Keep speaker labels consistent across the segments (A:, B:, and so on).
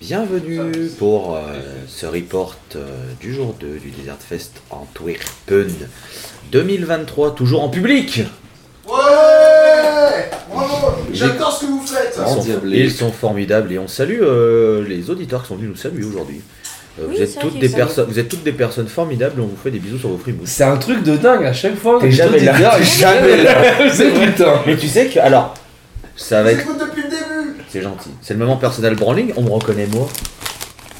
A: bienvenue pour euh, ce report euh, du jour 2 du Desert Fest Antwerpen 2023, toujours en public
B: Ouais Bravo J'adore ce que vous faites
A: ils sont, ils sont formidables et on salue euh, les auditeurs qui sont venus nous saluer aujourd'hui. Euh,
C: Oui,
A: vous, êtes
C: c'est
A: toutes
C: vrai
A: des
C: qu'ils sont-
A: personnes, vous êtes toutes des personnes formidables et on vous fait des bisous sur vos frimousses.
D: C'est un truc de dingue à chaque fois.
A: T'es
D: je te
A: jamais
D: dis
A: là.
D: bien,
A: T'es
D: jamais là. C'est putain.
A: Mais tu sais que, alors, ça
B: Je
A: va
B: vous
A: être.
B: écoute depuis le début
A: C'est gentil. C'est le moment personnel branding, on me reconnaît moi.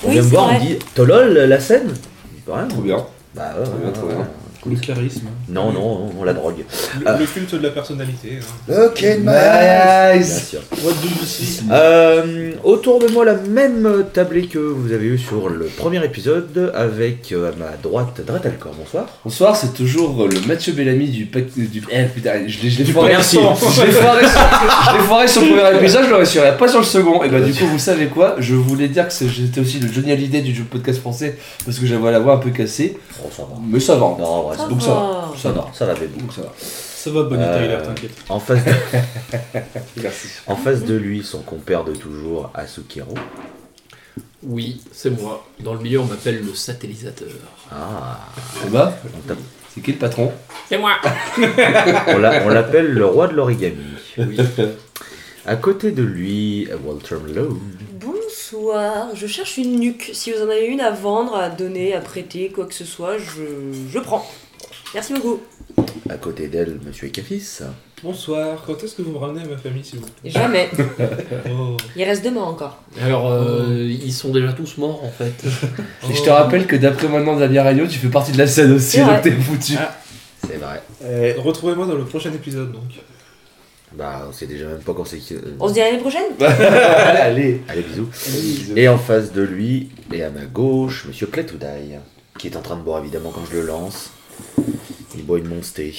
A: On
C: Oui,
A: vient me
C: c'est
A: voir, on
C: vrai.
A: me dit Tolol, la scène Je dis, Rien.
D: Trop bien.
A: Bah ouais,
D: Trop bien,
A: ouais,
D: trop
A: ouais,
D: bien.
A: ouais.
E: Le charisme.
A: Non, non, on la drogue.
E: Le,
A: Ah.
E: le culte de la personnalité. hein.
B: Ok,
A: Bien
D: Nice.
A: sûr.
E: What do you see
A: Euh, autour de moi, la même tablée que vous avez eue sur le premier épisode, avec euh, à ma droite Dratalcor, bonsoir.
D: Bonsoir, c'est toujours euh, le Mathieu Bellamy du pack. Du... Eh putain, je l'ai je l'ai
A: Du
D: foiré.
A: commercial.
D: Je l'ai foiré, sur... je l'ai foiré sur le premier épisode, je le réussirai pas sur le second. Et bah, du coup, vous savez quoi Je voulais dire que c'est- j'étais aussi le Johnny Hallyday du jeu podcast français parce que j'avais la voix un peu cassée.
A: Oh, ça va.
D: Mais ça va. en
A: Non,
D: vrai.
A: ouais,
C: Ça
A: ça
D: Donc ça va.
C: va.
A: ça va, ça va, bébé.
D: Donc ça va.
E: Ça va, Bonnie
A: Euh,
E: Tyler, t'inquiète.
A: En face, de,
D: Merci.
A: en face de lui, son compère de toujours, Asukiro.
F: Oui, c'est moi. Dans le milieu, on m'appelle le satellisateur.
A: Ah,
D: Et bah,
A: on t'a-
D: c'est qui le patron
F: C'est moi
A: on l'a- on l'appelle le roi de l'origami.
F: Oui.
A: À côté de lui, Walter Malone.
C: Bonsoir, je cherche une nuque. Si vous en avez une à vendre, à donner, à prêter, quoi que ce soit, je, je prends. Merci beaucoup.
A: À côté d'elle, Monsieur Ekafis.
E: Bonsoir, quand est-ce que vous me ramenez à ma famille, s'il vous plaît
C: Jamais.
E: oh.
C: Il reste demain encore.
F: Alors, euh, ils sont déjà tous morts, en fait.
D: Et je te rappelle que d'après maintenant Damien Ragno, tu fais partie de la scène aussi,
C: C'est vrai.
D: donc t'es foutu.
E: Ah.
A: C'est vrai.
E: Euh, Retrouvez-moi dans le prochain épisode, donc.
A: Bah, on sait déjà même pas quand c'est. qui- euh,
C: On se dit à l'année prochaine
D: Allez.
A: Allez, bisous. Et en face de lui, et à ma gauche, Monsieur Clatoudaille, qui est en train de boire évidemment quand je le lance. Il boit une monster.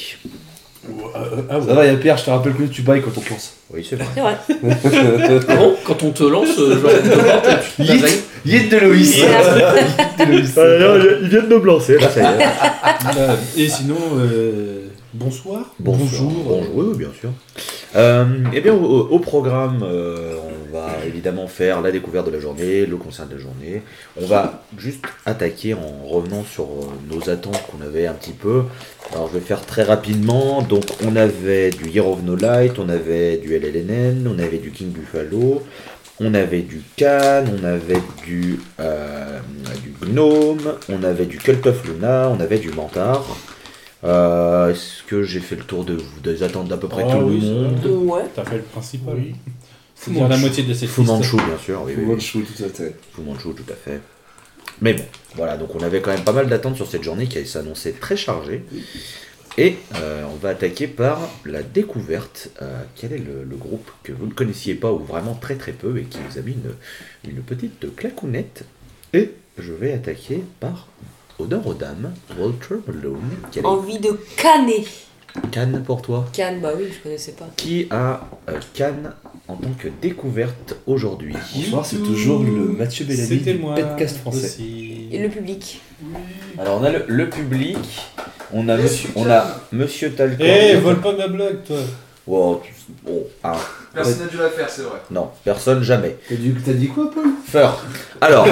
D: ah, Ça va, y'a Pierre, je te rappelle que tu bailles quand on pense.
A: Oui, c'est vrai.
C: C'est vrai.
F: Ah bon Quand on te lance, euh, genre, on te porte et tu te
D: Yeet.
F: bavais
D: Yid de Loïs
C: Voilà.
D: de Loïs.
A: Ah, il vient de me lancer, là, ça y est.
G: Ah,
D: Euh,
E: Et sinon, bonsoir.
A: Bonjour. Bonjour, oui, oui, bien sûr. Euh, eh bien, au, au programme, euh, on va évidemment faire la découverte de la journée, le concert de la journée. On va juste attaquer en revenant sur euh, nos attentes qu'on avait un petit peu. Alors, je vais faire très rapidement. Donc, on avait du Year of No Light, on avait du LLNN, on avait du King Buffalo, on avait du Cannes, on avait du, euh, du Gnome, on avait du Cult of Luna, on avait du Mantar. Euh, Est-ce que j'ai fait le tour de vous des attentes d'à peu près
G: Ah
A: tout
G: oui,
A: le
G: ça va.
A: monde
C: Ouais.
G: T'as fait le principal.
D: Oui.
G: C'est dire la moitié de cette
A: Fu
G: liste.
A: Manchu, bien sûr. Oui, oui, oui.
D: chou, tout à fait.
A: Fu Manchu, tout à fait. Mais bon, voilà, donc on avait quand même pas mal d'attentes sur cette journée qui s'annonçait très chargée. Et euh, on va attaquer par la découverte. Euh, quel est le, le groupe que vous ne connaissiez pas ou vraiment très très peu et qui vous a mis une, une petite clacounette Et je vais attaquer par Odor aux dames, Walter Malone. Quelle est
C: Envie de canner.
A: Cannes pour toi
C: Cannes, bah oui, je connaissais pas.
A: Qui a euh, Cannes en tant que découverte aujourd'hui
D: Bonsoir, c'est toujours le Mathieu Bellamy
E: C'était
D: du
E: moi.
D: podcast français.
E: aussi.
C: Et le public
A: Alors on a le, le public, on a,
B: Le
A: monsieur,
B: public.
A: on a Monsieur Talcor.
E: Eh, vole pas ma blague, toi
A: Wow, tu- bon, hein,
B: Personne n'a dû la faire, c'est vrai.
A: non, personne jamais.
D: T'as dit, t'as dit quoi, Paul
A: Fur. Alors,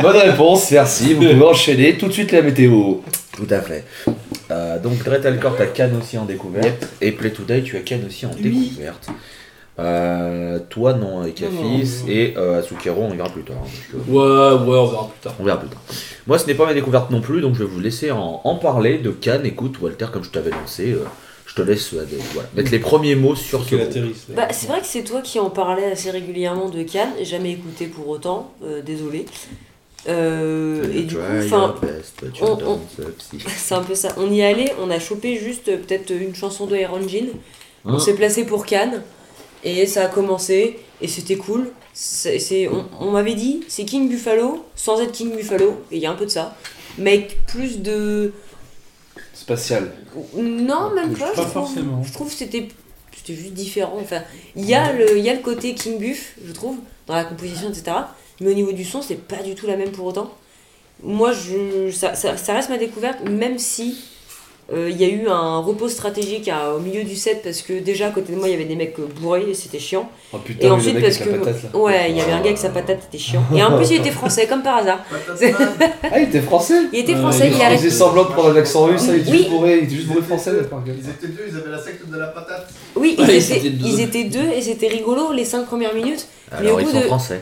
D: Bonne réponse, merci. Vous pouvez enchaîner tout de suite la météo.
A: tout à fait. Euh, donc Dretalcor, t'as Cannes aussi en découverte. Et Play Today, tu as Cannes aussi en découverte. Euh, toi non, et Cafis, et euh, Asukero, on verra plus tard. hein, parce que-
F: Ouais, ouais, on verra plus tard.
A: On verra plus tard. Moi, ce n'est pas ma découverte non plus, donc je vais vous laisser en, en parler de Cannes. Écoute, Walter, comme je t'avais lancé, euh, je te laisse euh, des- voilà, mettre les premiers mots sur ce
E: Qu'elle
A: groupe.
E: atterrisse. là.
C: Bah, c'est vrai que c'est toi qui en parlais assez régulièrement de Cannes, jamais écouté pour autant, euh, désolé. Euh, et du coup, enfin, on- on-
A: euh,
C: C'est un peu ça. On y allait, on a chopé juste euh, peut-être une chanson de Iron Jean. On
A: Hein
C: s'est placé pour Cannes. Et ça a commencé. Et c'était cool. C'est, c'est- on on m'avait dit, c'est King Buffalo, sans être King Buffalo. Et il y a un peu de ça. Mais avec plus de.
D: Spatial.
C: Non, même pas.
G: Pas
C: je trouve.
G: forcément.
C: Je trouve que c'était, c'était juste différent. Enfin, il y, a le- il y a le côté King Buff, je trouve, dans la composition, etc. Mais au niveau du son, c'est pas du tout la même pour autant. Moi, je, ça, ça- ça reste ma découverte, même si Euh, Il y a eu un repos stratégique à- au milieu du set parce que déjà à côté de moi il y avait des mecs bourrés et c'était chiant.
D: Oh putain,
C: Et
D: mais
C: ensuite
D: le mec
C: parce
D: avec
C: que
D: la patate, là.
C: ouais il y avait un gars avec sa patate c'était chiant. Et en plus il était français comme par hasard.
D: Ah, il était français
C: Il était
E: Euh,
C: français
E: il
C: il
E: est
D: Il
C: arrête.
D: faisait semblant de prendre un accent russe, hein, il était
C: Oui.
D: juste bourré, il était juste bourré français. là, par
B: Ils étaient deux, ils avaient la secte de la patate.
C: Oui ils
F: Ouais, ils
C: étaient
F: étaient deux.
C: ils étaient deux et c'était rigolo les cinq premières minutes.
A: Alors,
C: Mais au
A: ils
C: bout
A: sont
C: de-
A: français.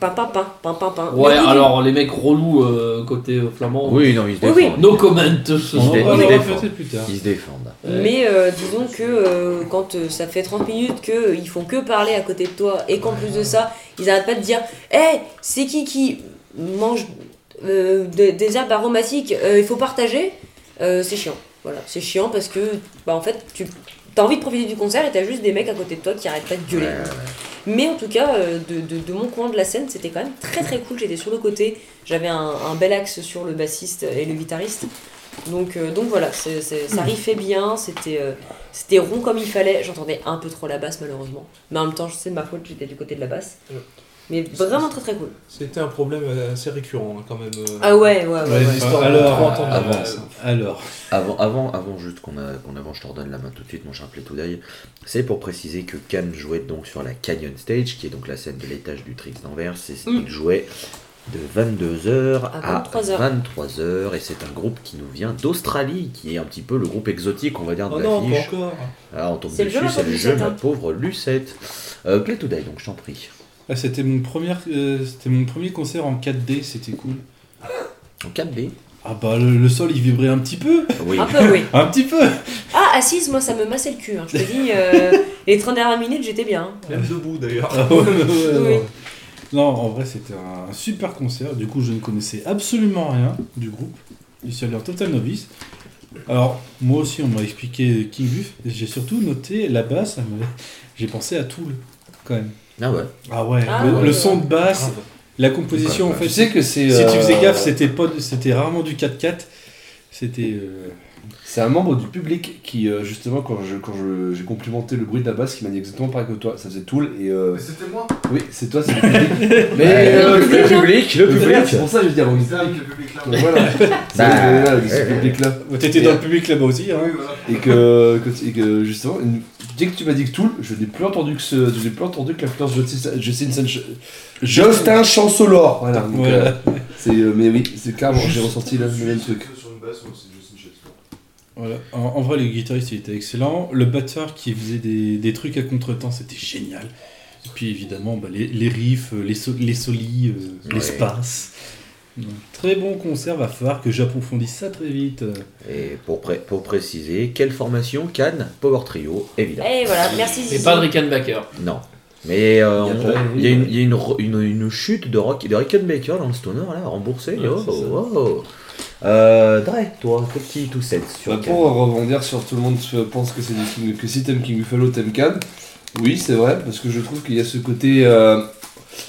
C: Pin pin pin pin pin pin. Ah,
F: Ouais,
C: Mais au bout du-
F: alors les mecs relous euh, côté euh, flamand.
A: Oui, non, ils se
C: Oui,
A: défendent.
C: oui.
F: No comment. euh, ce
A: Ils se,
F: soir.
A: dé-
E: On
A: ils se
E: va
A: défendent.
E: peut-être plus tard.
A: Ils se défendent.
C: Mais euh, disons que euh, quand euh, ça fait 30 minutes qu'ils font que parler à côté de toi et qu'en plus de ça, ils arrêtent pas de dire Hé, c'est qui qui mange euh, de- des herbes aromatiques Euh, Il faut partager Euh, C'est chiant. Voilà, c'est chiant parce que bah, en fait, tu as envie de profiter du concert et t'as juste des mecs à côté de toi qui arrêtent pas de gueuler.
A: Ouais, ouais, ouais.
C: Mais en tout cas, euh, de, de- de mon coin de la scène, c'était quand même très très cool. J'étais sur le côté, j'avais un, un bel axe sur le bassiste et le guitariste. Donc, euh, donc voilà, c'est- c'est- ça riffait bien, c'était euh, c'était rond comme il fallait. J'entendais un peu trop la basse malheureusement. Mais en même temps, c'est de ma faute, j'étais du côté de la basse.
A: Mm.
E: Ouais.
C: Mais vraiment très très cool.
E: C'était un problème assez récurrent hein, quand même. euh.
C: Ah ouais, ouais, ouais.
E: Ouais,
C: ouais.
E: l'histoire,
G: Alors, ah bah,
E: on entend
A: avant
E: euh,
A: ça.
E: alors.
A: Avant, avant, avant juste qu'on a- qu'on avance, je te redonne la main tout de suite, mon cher Plétoudaille. C'est pour préciser que Cannes jouait donc sur la Canyon Stage, qui est donc la scène de l'étage du Trix d'Anvers. et c'est-
C: Mm.
A: Il jouait de 22h
C: À
A: à
C: 23h.
A: 23h. Et c'est un groupe qui nous vient d'Australie, qui est un petit peu le groupe exotique, on va dire, de
E: Oh non, pas
A: l'affiche.
E: encore.
A: Ah, on tombe
C: C'est le
A: dessus,
C: jeu, la
A: c'est
C: pauvre
A: le jeu,
C: Lucette,
A: ma
C: hein.
A: pauvre Lucette. Euh, Plétoudaille, donc je t'en prie.
G: Ah, c'était mon premier, euh, c'était mon premier concert en 4D, c'était cool.
A: En 4B
G: Ah bah le, le sol il vibrait un petit peu,
A: Oui.
C: Un peu, oui.
G: un petit peu.
C: Ah, assise, moi ça me massait le cul. hein. Je te dis, euh, les 30 dernières minutes, j'étais bien. hein.
B: Même debout d'ailleurs.
G: Ah ouais, ouais, ouais,
C: Oui.
G: non. Non, en vrai c'était un super concert. Du coup je ne connaissais absolument rien du groupe. Je suis allé en total novice. Alors moi aussi on m'a expliqué King Buff. J'ai surtout noté la basse. ça me- J'ai pensé à Tool quand même.
A: Ah ouais.
G: Ah ouais.
C: Ah
G: le,
C: ouais.
G: le son de basse, la composition en
A: Ouais,
G: fait.
D: Tu sais que c'est.
G: Si tu faisais
D: euh,
G: gaffe, c'était pas, de- c'était rarement du 4x4. C'était. euh,
D: C'est un membre du public qui, euh, justement, quand je quand je- j'ai complimenté le bruit de la basse, qui m'a dit exactement pareil que toi. Ça faisait Tool et. euh,
B: Mais c'était moi.
D: Oui, c'est toi, c'est le public. Mais
A: Ouais.
D: euh, le
C: Le public, hein.
D: public, le public.
A: public.
D: C'est pour ça que je dis avant
B: C'est avec
D: public.
B: le public là.
D: Donc voilà, c'est
A: Bah,
D: là,
A: ouais,
D: ce
A: ouais.
D: public-là.
G: T'étais dans le public là-bas aussi. Hein.
B: Oui, voilà.
D: Et que, que- et que, justement, une- dès que tu m'as dit que Tool, je n'ai plus entendu que ce, je n'ai plus entendu que l'influence Justin, Justin, Sanchez- Justin Chancelor. Voilà. donc,
G: Voilà.
D: euh, c'est, euh, mais oui, c'est clairement, j'ai ressenti le le même truc.
B: Sur une basse, on- c'est juste une chaise.
G: Voilà. En, en vrai, le guitariste il était excellent. Le batteur qui faisait des, des trucs à contretemps, c'était génial. Et puis évidemment, bah, les, les riffs, euh, les, so- les solis, euh,
A: Ouais.
G: l'espace. Donc, Très bon concert, va falloir que j'approfondisse ça très vite.
A: Et pour, pré- pour préciser, quelle formation Cannes Power Trio, évidemment.
C: Et Eh, voilà, merci
F: Mais
C: Zizi.
F: pas de Rickenbacker.
A: Non. Mais euh,
D: Il y a
A: on-
D: pas-
A: il y a, une, il y a une, re- une- une chute de, rock, de Rickenbacker dans le stoner, là, remboursé.
F: Ouais,
A: oh,
F: c'est ça.
A: oh. Euh, Dre, toi, petit tout set sur
D: Bah,
A: Cannes.
D: pour rebondir sur tout le monde euh, pense que c'est du King- que si t'aimes King Buffalo t'aimes Cannes, oui c'est vrai parce que je trouve qu'il y a ce côté euh,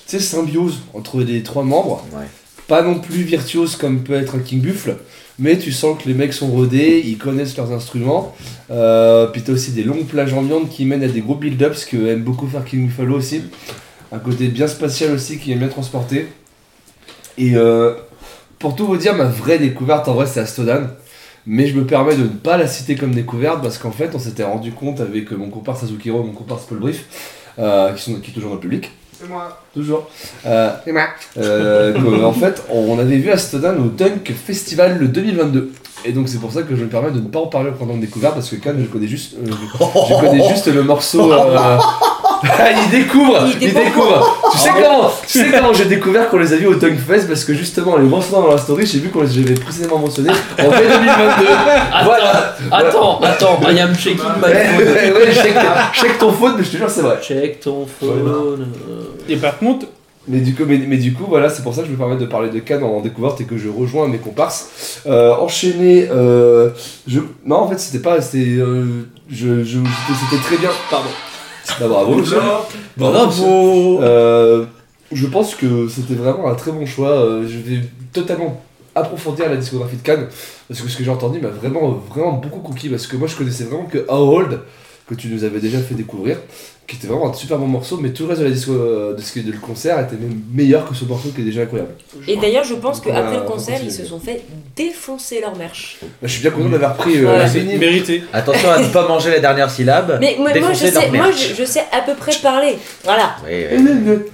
D: tu sais symbiose entre les trois membres,
A: Ouais.
D: pas non plus virtuose comme peut être un King Buffle, mais tu sens que les mecs sont rodés, ils connaissent leurs instruments, euh, puis t'as aussi des longues plages en viande qui mènent à des gros build-ups que aime beaucoup faire King Buffalo aussi, un côté bien spatial aussi qui aime bien transporter et euh, pour tout vous dire ma vraie découverte en vrai c'est Astodan mais je me permets de ne pas la citer comme découverte parce qu'en fait, on s'était rendu compte avec mon comparse Sazukiro, mon comparse Paul Brief, euh, qui, sont, qui est toujours dans le public.
B: C'est moi.
D: Toujours. Euh, euh, que, en fait, on avait vu Astodan au Dunk Festival le 2022. Et donc, c'est pour ça que je me permets de ne pas en parler pendant le découverte parce que Khan, je connais juste, euh, je connais juste le morceau. euh, il découvre, Ah
C: Il
D: il,
C: était pas
D: découvre. Tu sais comment, tu sais comment j'ai découvert qu'on les a vus au Dunk Fest parce que justement, en les mentionnant dans la story, j'ai vu qu'on les avait précédemment mentionnés en mai 2022.
F: Attends,
D: Voilà.
F: attends, attends, I am checking
D: Ouais,
F: my phone.
D: ouais, ouais, je sais que- je sais que ton faute, mais je te jure, c'est vrai.
F: Check ton phone. euh.
G: Et par contre,
D: Mais du coup, mais, mais du coup voilà, c'est pour ça que je me permets de parler de Cannes en découverte et que je rejoins mes comparses. Euh, enchaîner, euh, je... non, en fait, c'était pas, c'était, euh, je, je- c'était c'était très bien, pardon. Ah, bravo, monsieur. Bravo, monsieur. Euh, je pense que c'était vraiment un très bon choix. Euh, Je vais totalement approfondir la discographie de Cannes parce que ce que j'ai entendu m'a vraiment, vraiment beaucoup conquis parce que moi je connaissais vraiment que How Old que tu nous avais déjà fait découvrir, qui était vraiment un super bon morceau, mais tout le reste de la disco, euh, de ce qui est de le concert était même meilleur que ce morceau qui est déjà incroyable.
C: Et d'ailleurs, je pense
D: On
C: qu'après
D: va-
C: le
D: on
C: concert,
D: continue.
C: ils se sont fait défoncer leur merch.
D: Bah, je suis bien content d'avoir pris euh,
C: Ouais.
D: la
C: C'est
D: vinyle.
G: Mérité.
A: Attention à ne pas manger la dernière syllabe.
C: Mais moi, moi, je,
A: défoncer
C: sais,
A: leur
C: moi
A: merch.
C: je, je sais à peu près parler. Voilà.
A: Oui, oui.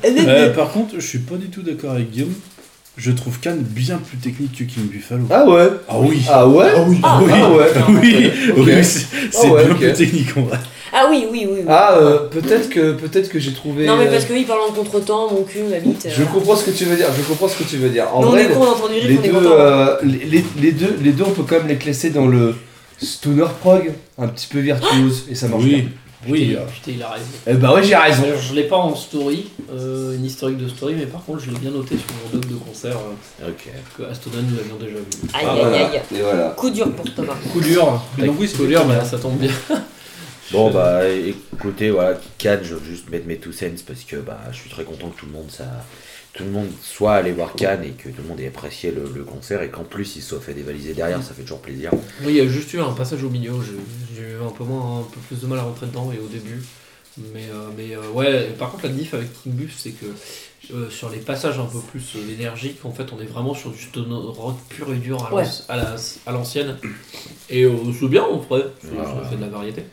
G: Euh,
C: Moi,
G: par contre, je suis pas du tout d'accord avec Guillaume. Je trouve Khan bien plus technique que King Buffalo.
D: Ah ouais
G: Ah oui
D: Ah ouais
G: Ah oui
C: Ah,
G: oui,
D: ah ouais.
G: oui,
D: Ok.
G: oui, c'est
D: Ah ouais,
G: bien
D: ok.
G: plus technique en vrai.
C: Ah oui, oui, oui. oui.
D: Ah, euh, peut-être que, peut que j'ai trouvé.
C: non, mais
D: euh,
C: parce que oui, parlant de contre-temps, mon cul, ma bite. euh,
D: Je comprends ce que tu veux dire, je comprends ce que tu veux dire. En
C: Non, on
D: vrai,
C: est con, on a entendu
D: les
C: rire, on est
D: deux,
C: content.
D: euh, les, les- les deux, les deux, on peut quand même les classer dans le stoner prog, un petit peu virtuose, et ça marche bien.
F: Oui,
D: euh,
F: putain, il a raison.
D: Eh bah ouais, j'ai raison.
F: Alors, Ah, je l'ai pas en story, euh, une historique de story, mais par contre, je l'ai bien noté sur mon doc de concert euh,
A: Ok.
F: que Astona nous avions déjà vu.
C: Aïe,
D: Ah,
C: aïe,
D: voilà.
C: aïe.
D: Et voilà.
C: Coup dur pour Thomas.
F: Coup dur.
G: Donc oui,
F: coup dur, bah, ça tombe bien.
A: Bon bah écoutez voilà Cannes je veux juste mettre mes two cents parce que bah je suis très content que tout le monde ça tout le monde soit allé voir Cannes et que tout le monde ait apprécié le, le concert et qu'en plus il soit fait dévaliser derrière ça fait toujours plaisir.
F: Oui, il y a juste eu un passage au milieu, je- j'ai eu un peu moins, un peu plus de mal à rentrer dedans et au début. Mais, euh, mais euh, ouais, par contre la diff avec King Buff, c'est que euh, sur les passages un peu plus euh, énergiques, en fait, on est vraiment sur du stone rock pur et dur à l'an-
C: Ouais.
F: à la- à l'ancienne. Et euh, c'est bien, en vrai, ça
A: Ouais,
F: ça
A: ouais.
F: fait de la variété.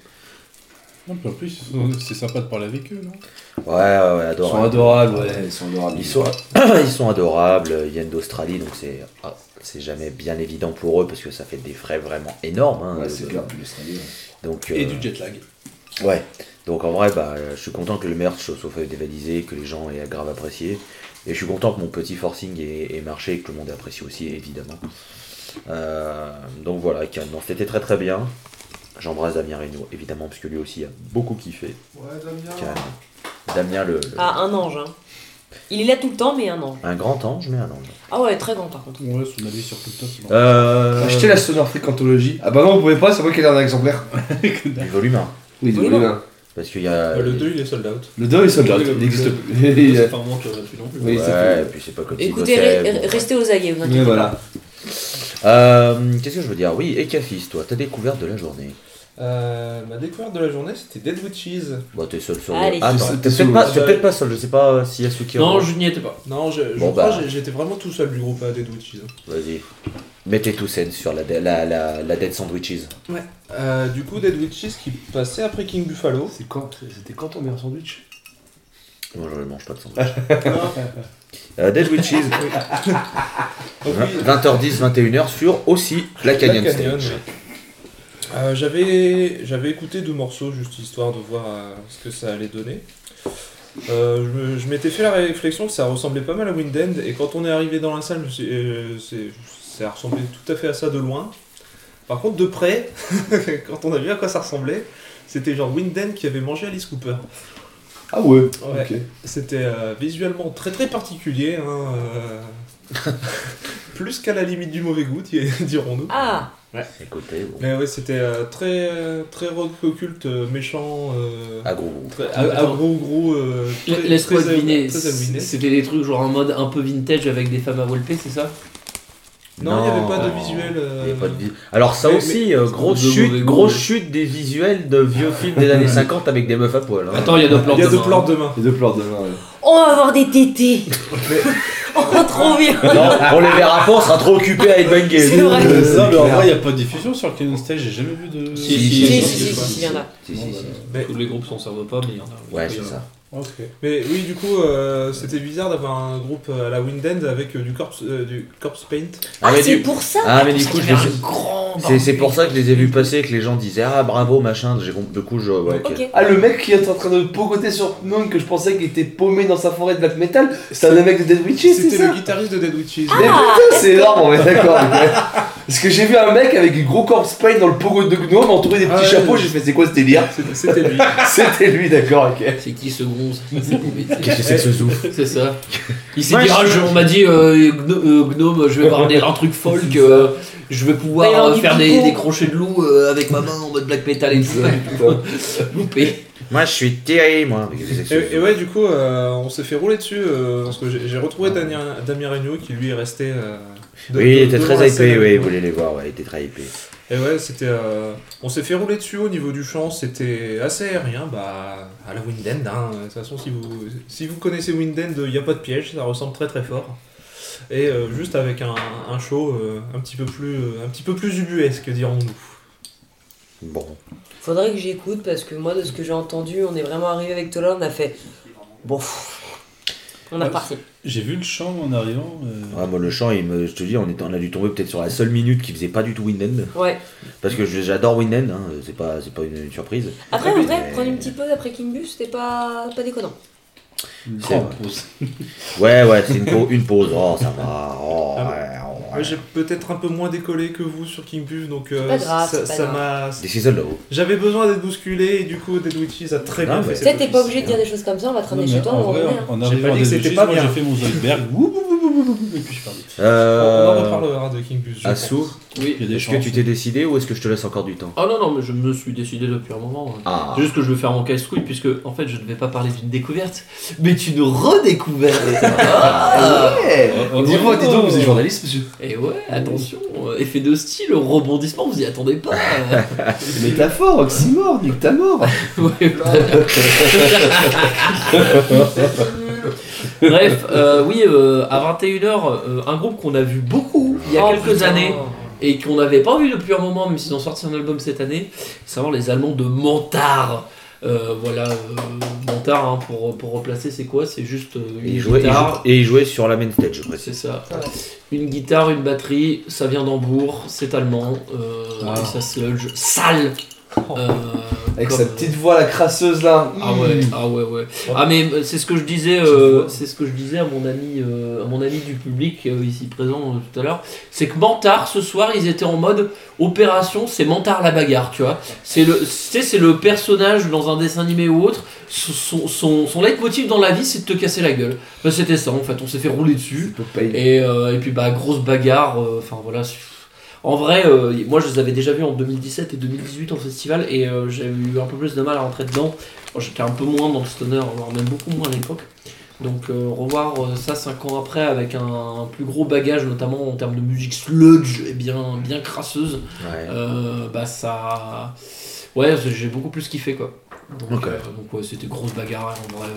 G: Non, puis en plus, c'est sympa de parler avec eux, non
A: Ouais ouais, ouais
D: Ils sont
A: adorable.
D: adorables, ouais, ils sont adorables.
A: Ils sont, ils sont adorables, ils viennent d'Australie donc c'est ah, c'est jamais bien évident pour eux parce que ça fait des frais vraiment énormes hein,
D: Ouais,
A: de-
D: c'est
A: de-
D: clair. L'Australie, ouais.
A: donc
E: Et
A: euh,
E: du jet lag.
A: Ouais. Donc en vrai, bah, je suis content que le merch soit fait dévalisé, que les gens aient grave apprécié. Et je suis content que mon petit forcing ait, ait marché et que le monde ait apprécié aussi, évidemment. Euh, donc voilà, Cannes. Non, c'était très très bien. J'embrasse Damien Reynaud, évidemment, parce que lui aussi a beaucoup kiffé
B: Ouais, j'aime bien.
A: Cannes. Damien, le, le-
C: Ah, un ange, hein. Il est là tout le temps, mais un ange.
A: un grand ange, mais un ange.
C: Ah ouais, très grand par contre.
G: Ouais, son avis sur tout le top. non.
A: Euh,
D: Achetez la Sonar Freakantologie. Ah bah non, vous pouvez pas, c'est moi qui ai l'air d'un exemplaire.
A: Euh, du volume 1.
D: Oui,
C: Oui, non.
D: le 1.
A: Parce qu'il y a.
E: Euh, le 2, il est sold out.
D: Le 2 est sold out,
E: Oui,
D: il
E: le-
D: n'existe
E: le-
D: plus.
F: C'est
D: Et, euh,
F: pas un moment que là-dessus non plus.
D: Oui, c'est
A: Ouais, et
D: plus.
A: puis c'est pas comme si
C: Écoutez,
A: bossait,
C: re-
A: bon.
C: restez aux aguets, vous inquiétez
D: Mais voilà.
A: Euh, Qu'est-ce que je veux dire Oui, et Cafis, toi, ta découverte de la journée
E: Euh, ma découverte de la journée, c'était Dead Witches.
A: Bon, t'es seul sur
C: Allez.
A: le. Attends,
D: T'es
A: t'es
D: seul.
A: peut-être pas, t'es peut-être pas seul, je sais pas euh, si Yasuki.
F: Non, je n'y étais pas.
E: Non, je, je
A: Bon,
E: crois
A: bah.
E: que j'ai- j'étais vraiment tout seul du groupe à Dead Witches.
A: Vas-y. Mettez tout scène sur la, de- la, la, la Dead Sandwiches.
E: Euh, du coup, Dead Witches qui passait après King Buffalo.
D: C'est quand C'était quand on met un sandwich
A: Moi, je ne mange pas de sandwich. Euh, Dead hein. Witches,
E: Donc, oui,
A: 20h10, 21h sur aussi la
E: Black
A: Canyon
E: Canyon,
A: Stage.
E: ouais. Euh, j'avais, j'avais écouté deux morceaux juste histoire de voir euh, ce que ça allait donner. Euh, je me- je m'étais fait la réflexion que ça ressemblait pas mal à Wind End et quand on est arrivé dans la salle, je me suis- euh, c'est- ça ressemblait tout à fait à ça de loin. Par contre, de près, quand on a vu à quoi ça ressemblait, c'était genre Wind End qui avait mangé Alice Cooper.
D: Ah ouais,
E: Ouais.
D: ok.
E: C'était euh, visuellement très très particulier, hein, euh, plus qu'à la limite du mauvais goût, dirons-nous.
C: Ah,
A: Écoutez, bon.
E: Mais ouais, c'était euh, très euh, très rock occulte, euh, méchant, euh,
A: Ah, gros, gros.
E: très,
F: Attends.
E: ah, gros gros. euh, très-
F: Laisse-moi
E: très à-
F: deviner,
E: très à Winnet.
F: c'était des trucs genre en mode un peu vintage avec des femmes à walper, c'est ça
E: Non, il n'y avait pas de
A: Non.
E: visuel.
A: Il
E: euh,
A: y avait pas de vi- Alors, ça
E: mais-
A: aussi, euh, grosse
F: de
A: chute,
F: mauvais goût,
A: grosse
F: ouais.
A: chute des visuels de vieux films des années 50 avec des meufs à poil. hein.
F: Attends, il y a deux plans
E: Il y a
F: demain,
E: deux plans de main.
D: Les deux pleurs demain. ouais.
C: on va avoir des tétés. oh, trop bien.
A: Non, on les verra pas, on sera trop occupé à être bangé.
C: C'est vrai.
G: Euh,
A: Si,
G: non, mais en vrai, il n'y a pas de diffusion sur le Canon Stage, j'ai jamais vu de.
F: Si,
C: Si, si, si,
F: si,
C: si,
F: si, si,
C: il y en a.
A: si, si, si.
F: hein. Tous les groupes s'en servent pas, mais il y en a.
A: Ouais,
F: il y
A: c'est
F: en a.
A: ça.
C: Ah,
E: Mais oui, du coup, euh, c'était bizarre d'avoir un groupe à la Wind End avec euh, du corpse euh, du corpse paint.
A: Ah,
C: Ah,
A: mais
C: c'est
A: du-
C: pour ça.
A: Ah, mais du coup,
F: Il y
A: je
F: avait
A: sais-
F: un grand
A: C'est, c'est
F: barbecue.
A: pour ça que je les ai vus passer, que les gens disaient ah bravo machin, j'ai compris. Du coup, je. Ouais, ok.
C: Ok.
D: Ah, le mec qui est en train de pogoter sur Pnon que je pensais qu'il était paumé dans sa forêt de black metal, c'est un des mecs de Dead Witches, c'est
E: C'était
D: ça Ah
E: le guitariste de Dead Witches.
D: Mais putain, c'est énorme, on est d'accord. ouais. Parce que j'ai vu un mec avec une gros corpse paint dans le pogo de gnome entouré des petits
E: Ah ouais,
D: chapeaux,
E: ouais.
D: j'ai fait c'est quoi ce délire
E: C'était- C'était lui.
D: C'était lui, d'accord, ok.
F: C'est qui ce gonze C'est mon métier.
A: Qu'est-ce que c'est que ce zouf
F: C'est ça. Il s'est
A: Ouais,
F: dit,
A: je-
F: ah, je- on m'a dit, euh, gno- euh, gnome, je vais avoir des- un truc folk, euh, je vais pouvoir
C: Il va y avoir
F: euh,
C: du
F: faire des,
C: pipeau.
F: des crochets de loup euh, avec ma main en mode black metal et tout. Loupé.
A: Moi, je suis Thierry, moi.
E: Et, et ouais, du coup, euh, on s'est fait rouler dessus euh, parce que j'ai j'ai retrouvé Damien, Damien Regnault qui lui est resté. euh, de-
A: Oui, il
E: de-
A: était
E: devant
A: très
E: la scène
A: hypé,
E: avec
A: oui,
E: nous.
A: vous voulez les voir, ouais, il était très hypé.
E: Et ouais, c'était. euh, on s'est fait rouler dessus au niveau du champ, c'était assez aérien, bah. à la Windend, hein. De toute façon, si vous, si vous connaissez Windend, il n'y a pas de piège, ça ressemble très très fort. Et euh, juste avec un, un show euh, un petit peu plus euh, un petit peu plus ubuesque, dirons-nous.
A: Bon.
C: Faudrait que j'écoute parce que moi, de ce que j'ai entendu, on est vraiment arrivé avec Tola, on a fait. Bon. pff, On a
G: Ouais,
C: parti.
G: J'ai vu le champ en arrivant. euh,
A: Ah, moi, le chant, il me, je te dis, on, est, on a dû tomber peut-être sur la seule minute qui faisait pas du tout Winden.
C: Ouais.
A: Parce que je- j'adore Winden, hein, c'est pas, c'est pas une, une surprise.
C: Après, en vrai,
A: Mais-
C: prendre une petite pause après Kingbus, c'était pas, pas déconnant.
G: une
A: c'est
G: grande
A: vrai.
G: pause.
A: Ouais, ouais, c'est une, pau- une pause. Oh, ça va. Oh,
E: Ah
A: ouais, oh,
E: Ouais,
A: ouais.
E: j'ai peut-être un peu moins décollé que vous sur King Puff, donc euh,
C: pas grave,
E: ça
C: c'est pas
E: ça
C: grave.
E: m'a.
A: This is a low.
E: J'avais besoin d'être bousculé et du coup, Dead Witches a très
A: Non,
E: bien
A: mais-
E: fait.
C: Tu
E: cet
C: sais, t'es pas
E: office.
C: obligé de dire des choses comme ça, on va
G: Non,
C: traîner
G: mais
C: chez toi, on
G: en
C: va
G: vrai,
C: revenir.
G: en
E: J'ai
G: arrivant
E: pas
G: à
E: dit que
G: Delphi,
E: c'était pas
G: moi j'ai
E: bien.
G: fait mon Zoidberg. Ouh, ouh, ouh, ouh, ouh, ouh, Et puis je suis parti.
E: On en
A: Euh,
E: reparlera de King Puff, je pense.
A: Assou,
F: Oui.
G: Il y a des
A: est-ce que
G: chances.
A: tu t'es décidé ou est-ce que je te laisse encore du temps
F: Ah non, non, mais je me suis décidé depuis un moment. hein.
A: Ah,
F: C'est Juste que je veux faire mon casse-couille, puisque en fait je ne vais pas parler d'une découverte, mais d'une redécouverte. Ah
G: Oh,
D: Dis
G: oh,
D: donc, dis donc, vous
G: oh.
D: êtes journaliste, monsieur.
F: Et ouais, attention, euh, effet de style, rebondissement, vous y attendez pas.
D: Métaphore, oxymore, nique ta mort.
F: Ouais, Bref, euh, oui, euh, à 21h, euh, un groupe qu'on a vu beaucoup il y a
C: Oh,
F: quelques
C: putain.
F: années et qu'on n'avait pas vu depuis un moment, même s'ils ont sorti un album cette année, savoir les Allemands de Montard. Euh, voilà, euh, Montard, hein, pour, pour replacer, c'est quoi C'est juste euh, une
A: il jouait, il
F: guitare.
A: jouait- et il jouait sur la main stage, je précise.
F: C'est ça.
C: Ouais.
F: Une guitare, une batterie, ça vient d'Hambourg, c'est allemand, euh,
D: Wow.
F: et ça sludge sale. euh,
D: Ah. Avec
F: comme-
D: sa petite voix la crasseuse là. Hmm.
F: Ah ouais, ah ouais, ouais. Ah mais euh, c'est ce que je disais, euh, c'est ce que je disais à mon ami, euh, à mon ami du public euh, ici présent euh, tout à l'heure, c'est que Mantard ce soir ils étaient en mode opération, c'est Mantard la bagarre, tu vois. C'est le, c'est c'est le personnage dans un dessin animé ou autre, son, son, son, son leitmotiv dans la vie c'est de te casser la gueule. Bah, c'était ça en fait, on s'est fait rouler dessus.
D: Popeye.
F: Et, euh, et puis bah grosse bagarre, euh, enfin voilà. c'est- En vrai, euh, moi je les avais déjà vus en 2017 et 2018 en festival et euh, j'ai eu un peu plus de mal à rentrer dedans. Bon, J'étais un peu moins dans le stoner, voire même beaucoup moins à l'époque. Donc euh, revoir euh, ça 5 ans après avec un, un plus gros bagage, notamment en termes de musique sludge et bien, bien crasseuse,
A: Ouais.
F: euh, bah ça... Ouais, j'ai beaucoup plus kiffé quoi.
A: Ok.
F: Donc, euh, donc ouais, c'était grosse bagarre en vrai.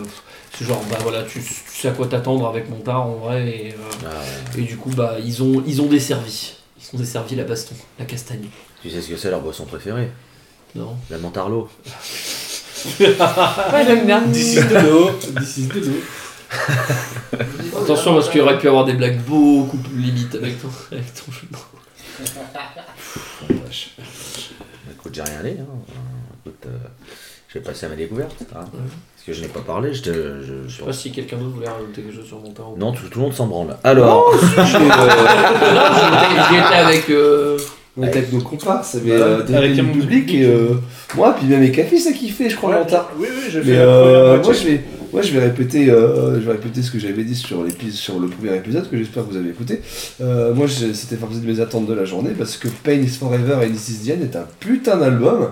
F: C'est genre, bah voilà, tu, tu sais à quoi t'attendre avec mon tard en vrai et... euh,
A: Ah, ouais.
F: et du coup, bah, ils ont, ils ont desservi. Ils ont desservi la baston, la castagne.
A: tu sais ce que c'est leur boisson préférée
F: Non.
A: La Montarlo.
C: Ouais, j'aime bien.
G: This is the law. This is the law.
F: Attention, parce qu'il aurait pu avoir des blagues beaucoup plus limites avec ton, avec ton jeu.
A: Écoute, j'ai rien dit. Hein. Écoute, euh, je vais passer à ma découverte. hein.
F: Ouais.
A: Parce que je n'ai pas parlé. Je, te- je- je-
F: Je sais pas si quelqu'un d'autre voulait rajouter quelque chose sur mon tarot.
A: Non, tout, tout le monde s'en branle. Alors,
F: J'étais j'étais ah, avec.
D: euh,
F: euh,
D: On était avec nos comparses, mais
G: Voilà,
D: euh, des-
G: avec
D: des
G: un monde
D: public
G: public.
D: et euh, moi, puis même les cafés, ça kiffait, je crois,
E: Ouais,
D: Lantard.
E: Oui, oui, j'ai fait
D: Mais
E: la
D: euh,
E: première
D: moi,
E: moitié.
D: je vais, moi, je vais répéter, euh, je vais répéter ce que j'avais dit sur, l'épis- sur le premier épisode que j'espère que vous avez écouté. Euh, moi, je- c'était partie de mes attentes de la journée parce que Pain is Forever et This is the End est un putain d'album.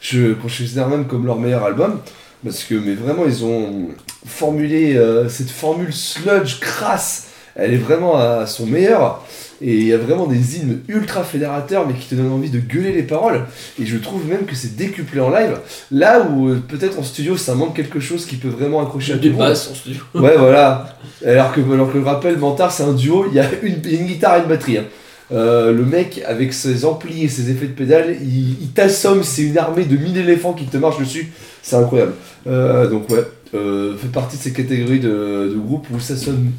D: Je considère même comme leur meilleur album parce que, mais vraiment, ils ont formulé euh, cette formule sludge crasse. Elle est vraiment à son meilleur. Et il y a vraiment des hymnes ultra fédérateurs, mais qui te donnent envie de gueuler les paroles. Et je trouve même que c'est décuplé en live. Là où euh, peut-être en studio ça manque quelque chose qui peut vraiment accrocher à tout
F: Des
D: le monde.
F: basses en studio.
D: Ouais, voilà. Alors que, alors que le rappel, Mentar, c'est un duo, il y a une, il y a une guitare et une batterie. hein. Euh, le mec, avec ses amplis et ses effets de pédale, il, il t'assomme, c'est une armée de 1000 éléphants qui te marchent dessus. C'est incroyable. Euh, donc, ouais, euh, fait partie de ces catégories de, de groupes où ça sonne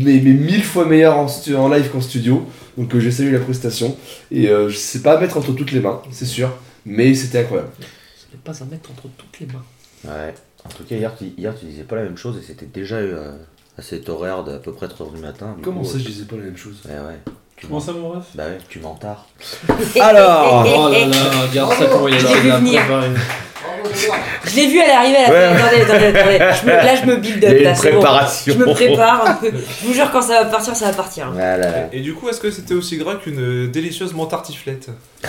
D: mais, mais mille fois meilleur en, stu- en live qu'en studio. Donc, euh, j'ai salué la prestation. Et euh, je sais pas à mettre entre toutes les mains, c'est sûr. Mais c'était incroyable.
F: Ce n'est pas à mettre entre toutes les mains.
G: Oh
A: ouais. En tout cas, hier tu, hier, tu disais pas la même chose et c'était déjà euh, à cet horaire d'à peu près 3h du matin. Du coup, euh,
D: disais pas la même chose
A: Ouais, ouais. Tu
G: Comment
A: m'en-
G: ça, mon ref
A: Bah ouais, tu m'entards. Alors,
C: Eh,
F: Oh là là, regarde ça comment il a
C: Je l'ai vu
F: l'air de
C: venir.
F: préparer.
C: Je l'ai vu à l'arrivée à la
A: Ouais.
C: fin. Attendez, attendez, attendez. Je me- là, je me build
A: Il y a
C: up.
A: une
C: là, c'est bon.
A: préparation.
C: Je me prépare. Je vous jure, quand ça va partir, ça va partir. hein.
A: Voilà.
E: Et du coup, est-ce que c'était aussi gras qu'une euh, délicieuse mentartiflette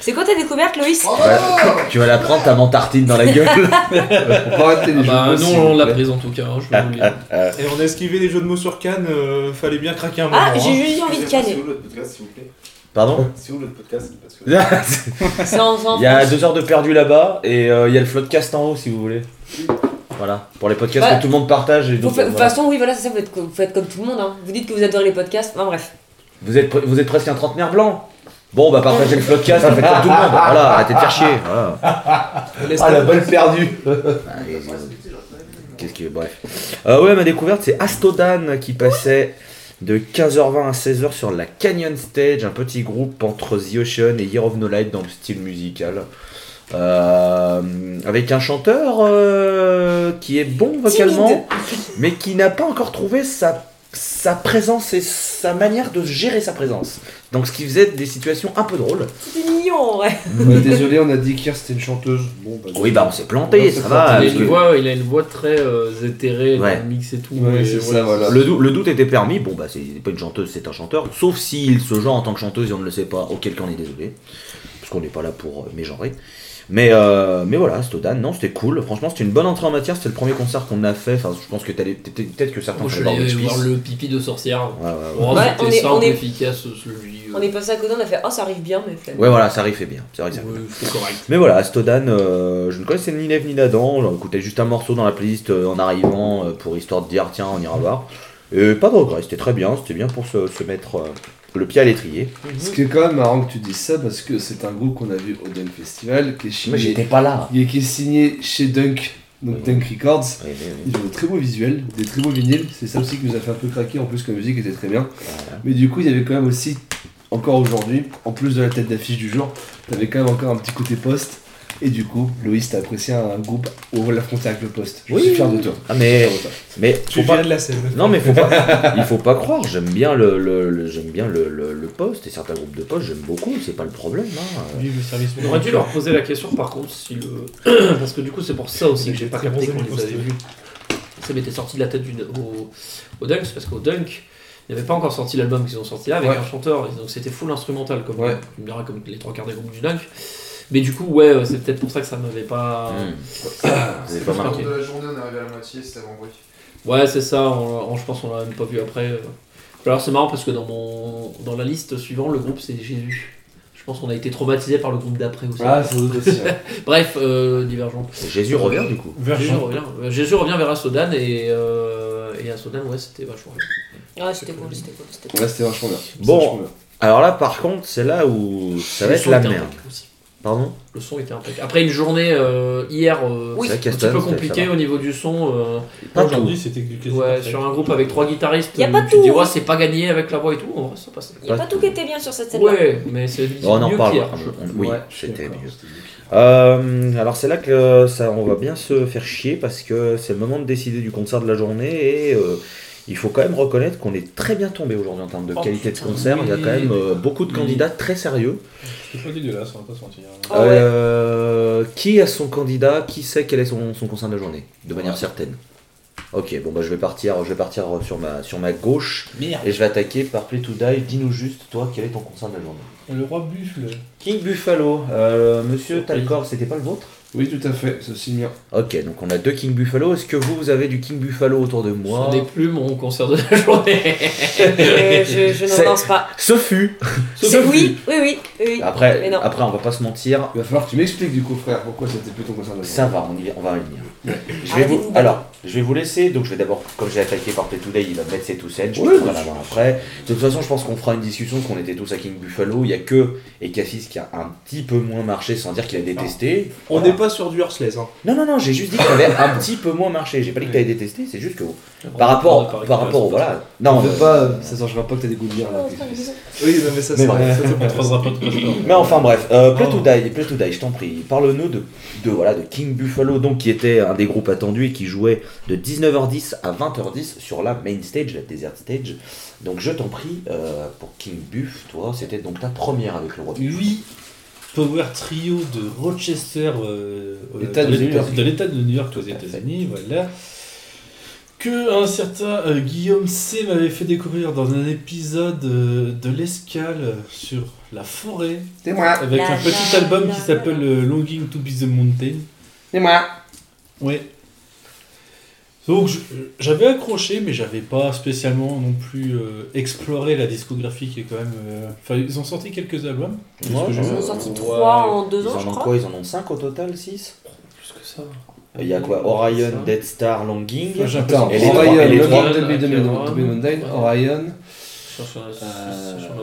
C: C'est quoi ta découverte, Loïs
B: Oh. Bravo
A: Tu vas la prendre ta mentartine dans la gueule.
D: On peut arrêter les
F: Ah
D: jeux
F: bah
D: de mots, s'il
F: non, on
D: vous
F: l'a
D: plaît.
F: prise en tout cas, hein, je
A: Ah,
F: vais vous le dire.
E: Et on a esquivé les jeux de mots sur Cannes, euh, fallait bien craquer un moment.
C: Ah, j'ai
E: hein.
C: juste eu envie de canner.
B: l'autre podcast, s'il vous plaît.
A: Pardon
H: C'est où le podcast Parce que-
A: Il
C: Sans, sans
A: y a deux heures de perdu là-bas et euh, il y a le floodcast en haut si vous voulez. Voilà, pour les podcasts
C: Bah,
A: que tout le monde partage. Et
C: Vous
A: donc,
C: fa- De toute
A: voilà.
C: façon, oui, voilà, c'est ça, vous faites, co- vous faites comme tout le monde. Hein. Vous dites que vous adorez les podcasts. Enfin bref.
A: vous, êtes, pre- vous êtes presque un trentenaire blanc. Bon, bah partagez le floodcast, faites comme tout le monde. Voilà, arrêtez de faire chier. Voilà.
D: Ah, la balle perdue
A: Allez, vas-y, vas-y. Qu'est-ce que. Bref. Euh, ouais, ma découverte, c'est Astodan qui passait de 15h20 à 16h sur la Canyon Stage, un petit groupe entre The Ocean et Year of No Light dans le style musical. Euh, avec un chanteur euh, qui est bon vocalement,
C: Timide.
A: mais qui n'a pas encore trouvé sa, sa présence et sa manière de gérer sa présence. Donc, ce qui faisait des situations un peu drôles.
C: C'est mignon, ouais.
D: Bah, désolé, on a dit qu'hier c'était une chanteuse. Bon, bah,
A: Oui, bah on s'est planté, ça va.
F: il, a
A: parce que-
F: une voix, il a une voix très euh, éthérée, dans
A: Ouais.
F: le mix et tout.
D: Ouais,
F: et
D: c'est ça, voilà.
A: Le, dou- le doute était permis, bon bah c'est pas une chanteuse, c'est un chanteur, sauf s'il se genre en tant que chanteuse et on ne le sait pas, auquel cas on est désolé, parce qu'on n'est pas là pour euh, mégenrer. Mais, euh, mais voilà, Stodan, non, c'était cool, franchement c'était une bonne entrée en matière, c'était le premier concert qu'on a fait, enfin je pense que t'allais- t'étais- peut-être que certains
F: Moi, je
A: allaient
F: suis allé
A: Hospice.
F: voir le pipi de sorcière.
A: Ouais, ouais, ouais.
F: Oh,
C: Ouais, on
F: c'était
C: est- on
F: simple,
C: est-
F: efficace, celui. euh,
C: On est passé à côté, on a fait Oh, ça arrive bien, mais flemme.
A: Ouais, voilà, ça arrive, fait bien, c'est vrai que ça
F: euh, ouais, c'était correct.
A: Mais voilà, Stodan, euh, je ne connaissais ni Neve ni Nadan, j'en écoutais juste un morceau dans la playlist euh, en arrivant euh, pour histoire de dire tiens on ira voir. Et pas de regret, c'était très bien, c'était bien pour se, se mettre euh, le pied à l'étrier.
D: Ce qui est quand même marrant que tu dises ça parce que c'est un groupe qu'on a vu au Dunk Festival qui est, signé,
A: pas là.
D: et qui est signé chez Dunk, donc
A: Oui.
D: Dunk Records.
A: Oui, oui, oui.
D: Ils ont de très beaux visuels, des très beaux vinyles, c'est ça aussi qui nous a fait un peu craquer en plus que la musique était très bien. Mais du coup, il y avait quand même aussi, encore aujourd'hui, en plus de la tête d'affiche du jour, t'avais quand même encore un petit côté poste. Et du coup, Loïs, t'as apprécié un groupe au la frontière avec le poste. Je
A: Oui.
D: suis fier de toi.
A: Ah mais, mais
E: Tu
A: faut
E: viens
A: pas...
E: de la scène.
A: Non mais faut pas... il faut pas croire, j'aime bien le, le- le- j'aime bien le, le- le poste et certains groupes de poste j'aime beaucoup, c'est pas le problème. hein.
G: Vive le service
F: On aurait dû leur poser la question par contre si le. Parce que du coup c'est pour ça aussi que j'ai pas
E: Très
F: capté
E: bon
F: qu'on
E: jeu de
F: les avait vus. Ça m'était sorti de la tête du, au, au Dunk, c'est parce qu'au Dunk, ils n'avaient pas encore sorti l'album qu'ils ont sorti là avec
D: Ouais.
F: un chanteur, et donc c'était full instrumental comme,
D: Ouais.
F: tu me diras, comme les trois quarts des groupes du Dunk. Mais du coup ouais euh, c'est peut-être pour ça que ça m'avait
E: Ah.
F: pas.
A: Hmm. C'est
F: C'est
A: pas
F: pas
A: marqué.
F: marqué.
H: de la journée, on est arrivé à la moitié, c'était avant bruit.
F: Ouais, c'est ça, on- on- je pense qu'on l'a même pas vu après. euh. Alors c'est marrant parce que dans, mon, dans la liste suivante, le groupe c'est Jésus. Je pense qu'on a été traumatisé par le groupe d'après aussi.
D: c'est aussi.
F: Bref, euh, divergent.
A: Jésus revient du coup.
F: Jésus
G: Vergent.
F: revient, euh, Jésus revient vers Assodan et, euh, et Assodan, ouais, c'était vachement bien.
C: Ah, c'était cool, c'était cool. c'était cool.
D: Ouais, c'était vachement bien.
A: Bon.
D: Vachement bien.
A: Alors là par contre c'est là où ça va
F: Le
A: être
F: son
A: la
F: était
A: merde.
F: impeccable aussi.
A: Pardon
F: Le son était impeccable. Après une journée euh, hier, euh,
C: Oui.
A: C'est vrai
F: un
A: qu'Aston,
F: petit peu
A: ça- ça
F: compliqué
A: va.
F: au niveau du son. euh,
A: Pas
G: Aujourd'hui,
A: tout.
G: c'était du quasi
F: ouais,
G: parfait.
F: sur un groupe avec trois guitaristes,
C: Y a pas
F: tu te dis,
C: tout,
F: ouais,
C: hein.
F: c'est pas gagné avec la voix et tout. En vrai, ça passait.
C: Il n'y a pas tout qui était bien sur cette scène-là.
F: Ouais, mais c'est
A: Oh, on en
F: mieux
A: reparle.
F: qu'hier.
A: on- on- Oui,
D: Ouais,
A: c'était
D: d'accord.
A: mieux. Euh, alors c'est là que ça, on va bien se faire chier parce que c'est le moment de décider du concert de la journée et euh, il faut quand même reconnaître qu'on est très bien tombé aujourd'hui en termes de
F: Oh,
A: qualité
F: putain,
A: de concert. Il y a
F: oui.
A: quand même euh, beaucoup de
F: Oui.
A: candidats très sérieux.
G: C'était pas dégueulasse, on va pas se mentir.
C: Ah ouais.
A: Euh, qui a son candidat Qui sait quel est son, son concert de la journée De manière certaine. Ok, bon bah je vais partir, je vais partir sur ma sur ma gauche
G: Merde.
A: et je vais attaquer par Play to Die. Dis-nous juste toi quel est ton concert de la journée.
G: Le roi buffle.
A: King Buffalo, euh, Monsieur Talcor, c'était pas le vôtre
D: Oui, tout à fait, c'est aussi le mien.
A: Ok, donc on a deux King Buffalo. Est-ce que vous, vous avez du King Buffalo autour de moi
F: On des plumes au concert de la journée.
C: Euh, je je n'en
A: C'est-
C: pense pas.
A: Ce fut
C: C'est oui, oui, oui, oui. Mais
A: Après,
C: non.
A: après, on va pas se mentir.
D: Il va falloir que tu m'expliques du coup, frère, pourquoi c'était plus ton concert de la
A: Ça va, on, y- on va revenir. Je vais
C: Arrêtez
A: vous,
C: de vous
A: alors, je vais vous laisser. Donc, je vais d'abord, comme j'ai attaqué par Play Today, il va mettre ses two cents. Je
D: Oui,
A: prendrai
D: bien
A: la main après. De toute façon, je pense qu'on fera une discussion qu'on était tous à King Buffalo. Il y a que et Cassis qui a un petit peu moins marché sans dire qu'il a détesté.
E: On n'est pas sur du Hearthless. Hein.
A: Non, non, non, j'ai juste dit que t'avais un petit peu moins marché. J'ai pas dit que t'avais détesté, c'est juste que par rapport, par rapport au. Voilà.
D: On
A: Non,
D: veut
A: euh,
D: pas, ça changera Oh, pas que t'as des goûts de bière là.
E: Oui, non, mais ça,
A: Mais
E: c'est vrai.
A: bref.
E: Ça, c'est
G: On
E: pas
G: ne
E: trop.
G: croisera pas de passeport.
A: Mais enfin bref,
C: Oh.
A: euh, Play to Die, Play to Die, je t'en prie. Parle-nous de, de, voilà, de King Buffalo, donc qui était un des groupes attendus et qui jouait de 19h10 à 20h10 sur la main stage, la desert stage. Donc je t'en prie, euh, pour King Buff, toi, c'était donc ta première avec le roi.
G: Oui. Power Trio de Rochester, euh,
D: État
G: dans
D: de
G: l'État-
D: New York.
G: dans l'État de New York aux États-Unis, voilà. Que un certain euh, Guillaume C m'avait fait découvrir dans un épisode euh, de l'escale sur la forêt,
D: C'est moi,
G: avec
C: La,
G: un petit
C: la,
G: album
C: la,
G: qui
C: la.
G: s'appelle euh, Longing to be the Mountain.
D: c'est moi.
G: Ouais. Donc je- j'avais accroché, mais j'avais pas spécialement non plus euh, exploré la discographie qui est quand même. euh, Enfin, ils ont sorti quelques albums. de ce
A: Ouais,
G: que j'ai
A: ouais.
C: Ils
G: vu.
C: en ont sorti 3 en 2
A: Ils
C: ans, je
A: en ont
C: crois.
A: quoi Ils en ont 5 au total 6
F: Plus que ça.
A: Il y a quoi
F: Ça.
A: Orion, Dead Star, Longing.
G: Enfin, j'ai
D: Attends,
G: l'impression
A: Et
G: que-
A: les trois-
D: Orion,
A: et les
D: le
A: trois-
D: Grand Demi de
F: Ouais.
D: Mountain, Orion.
F: Je suis
D: Euh,
F: en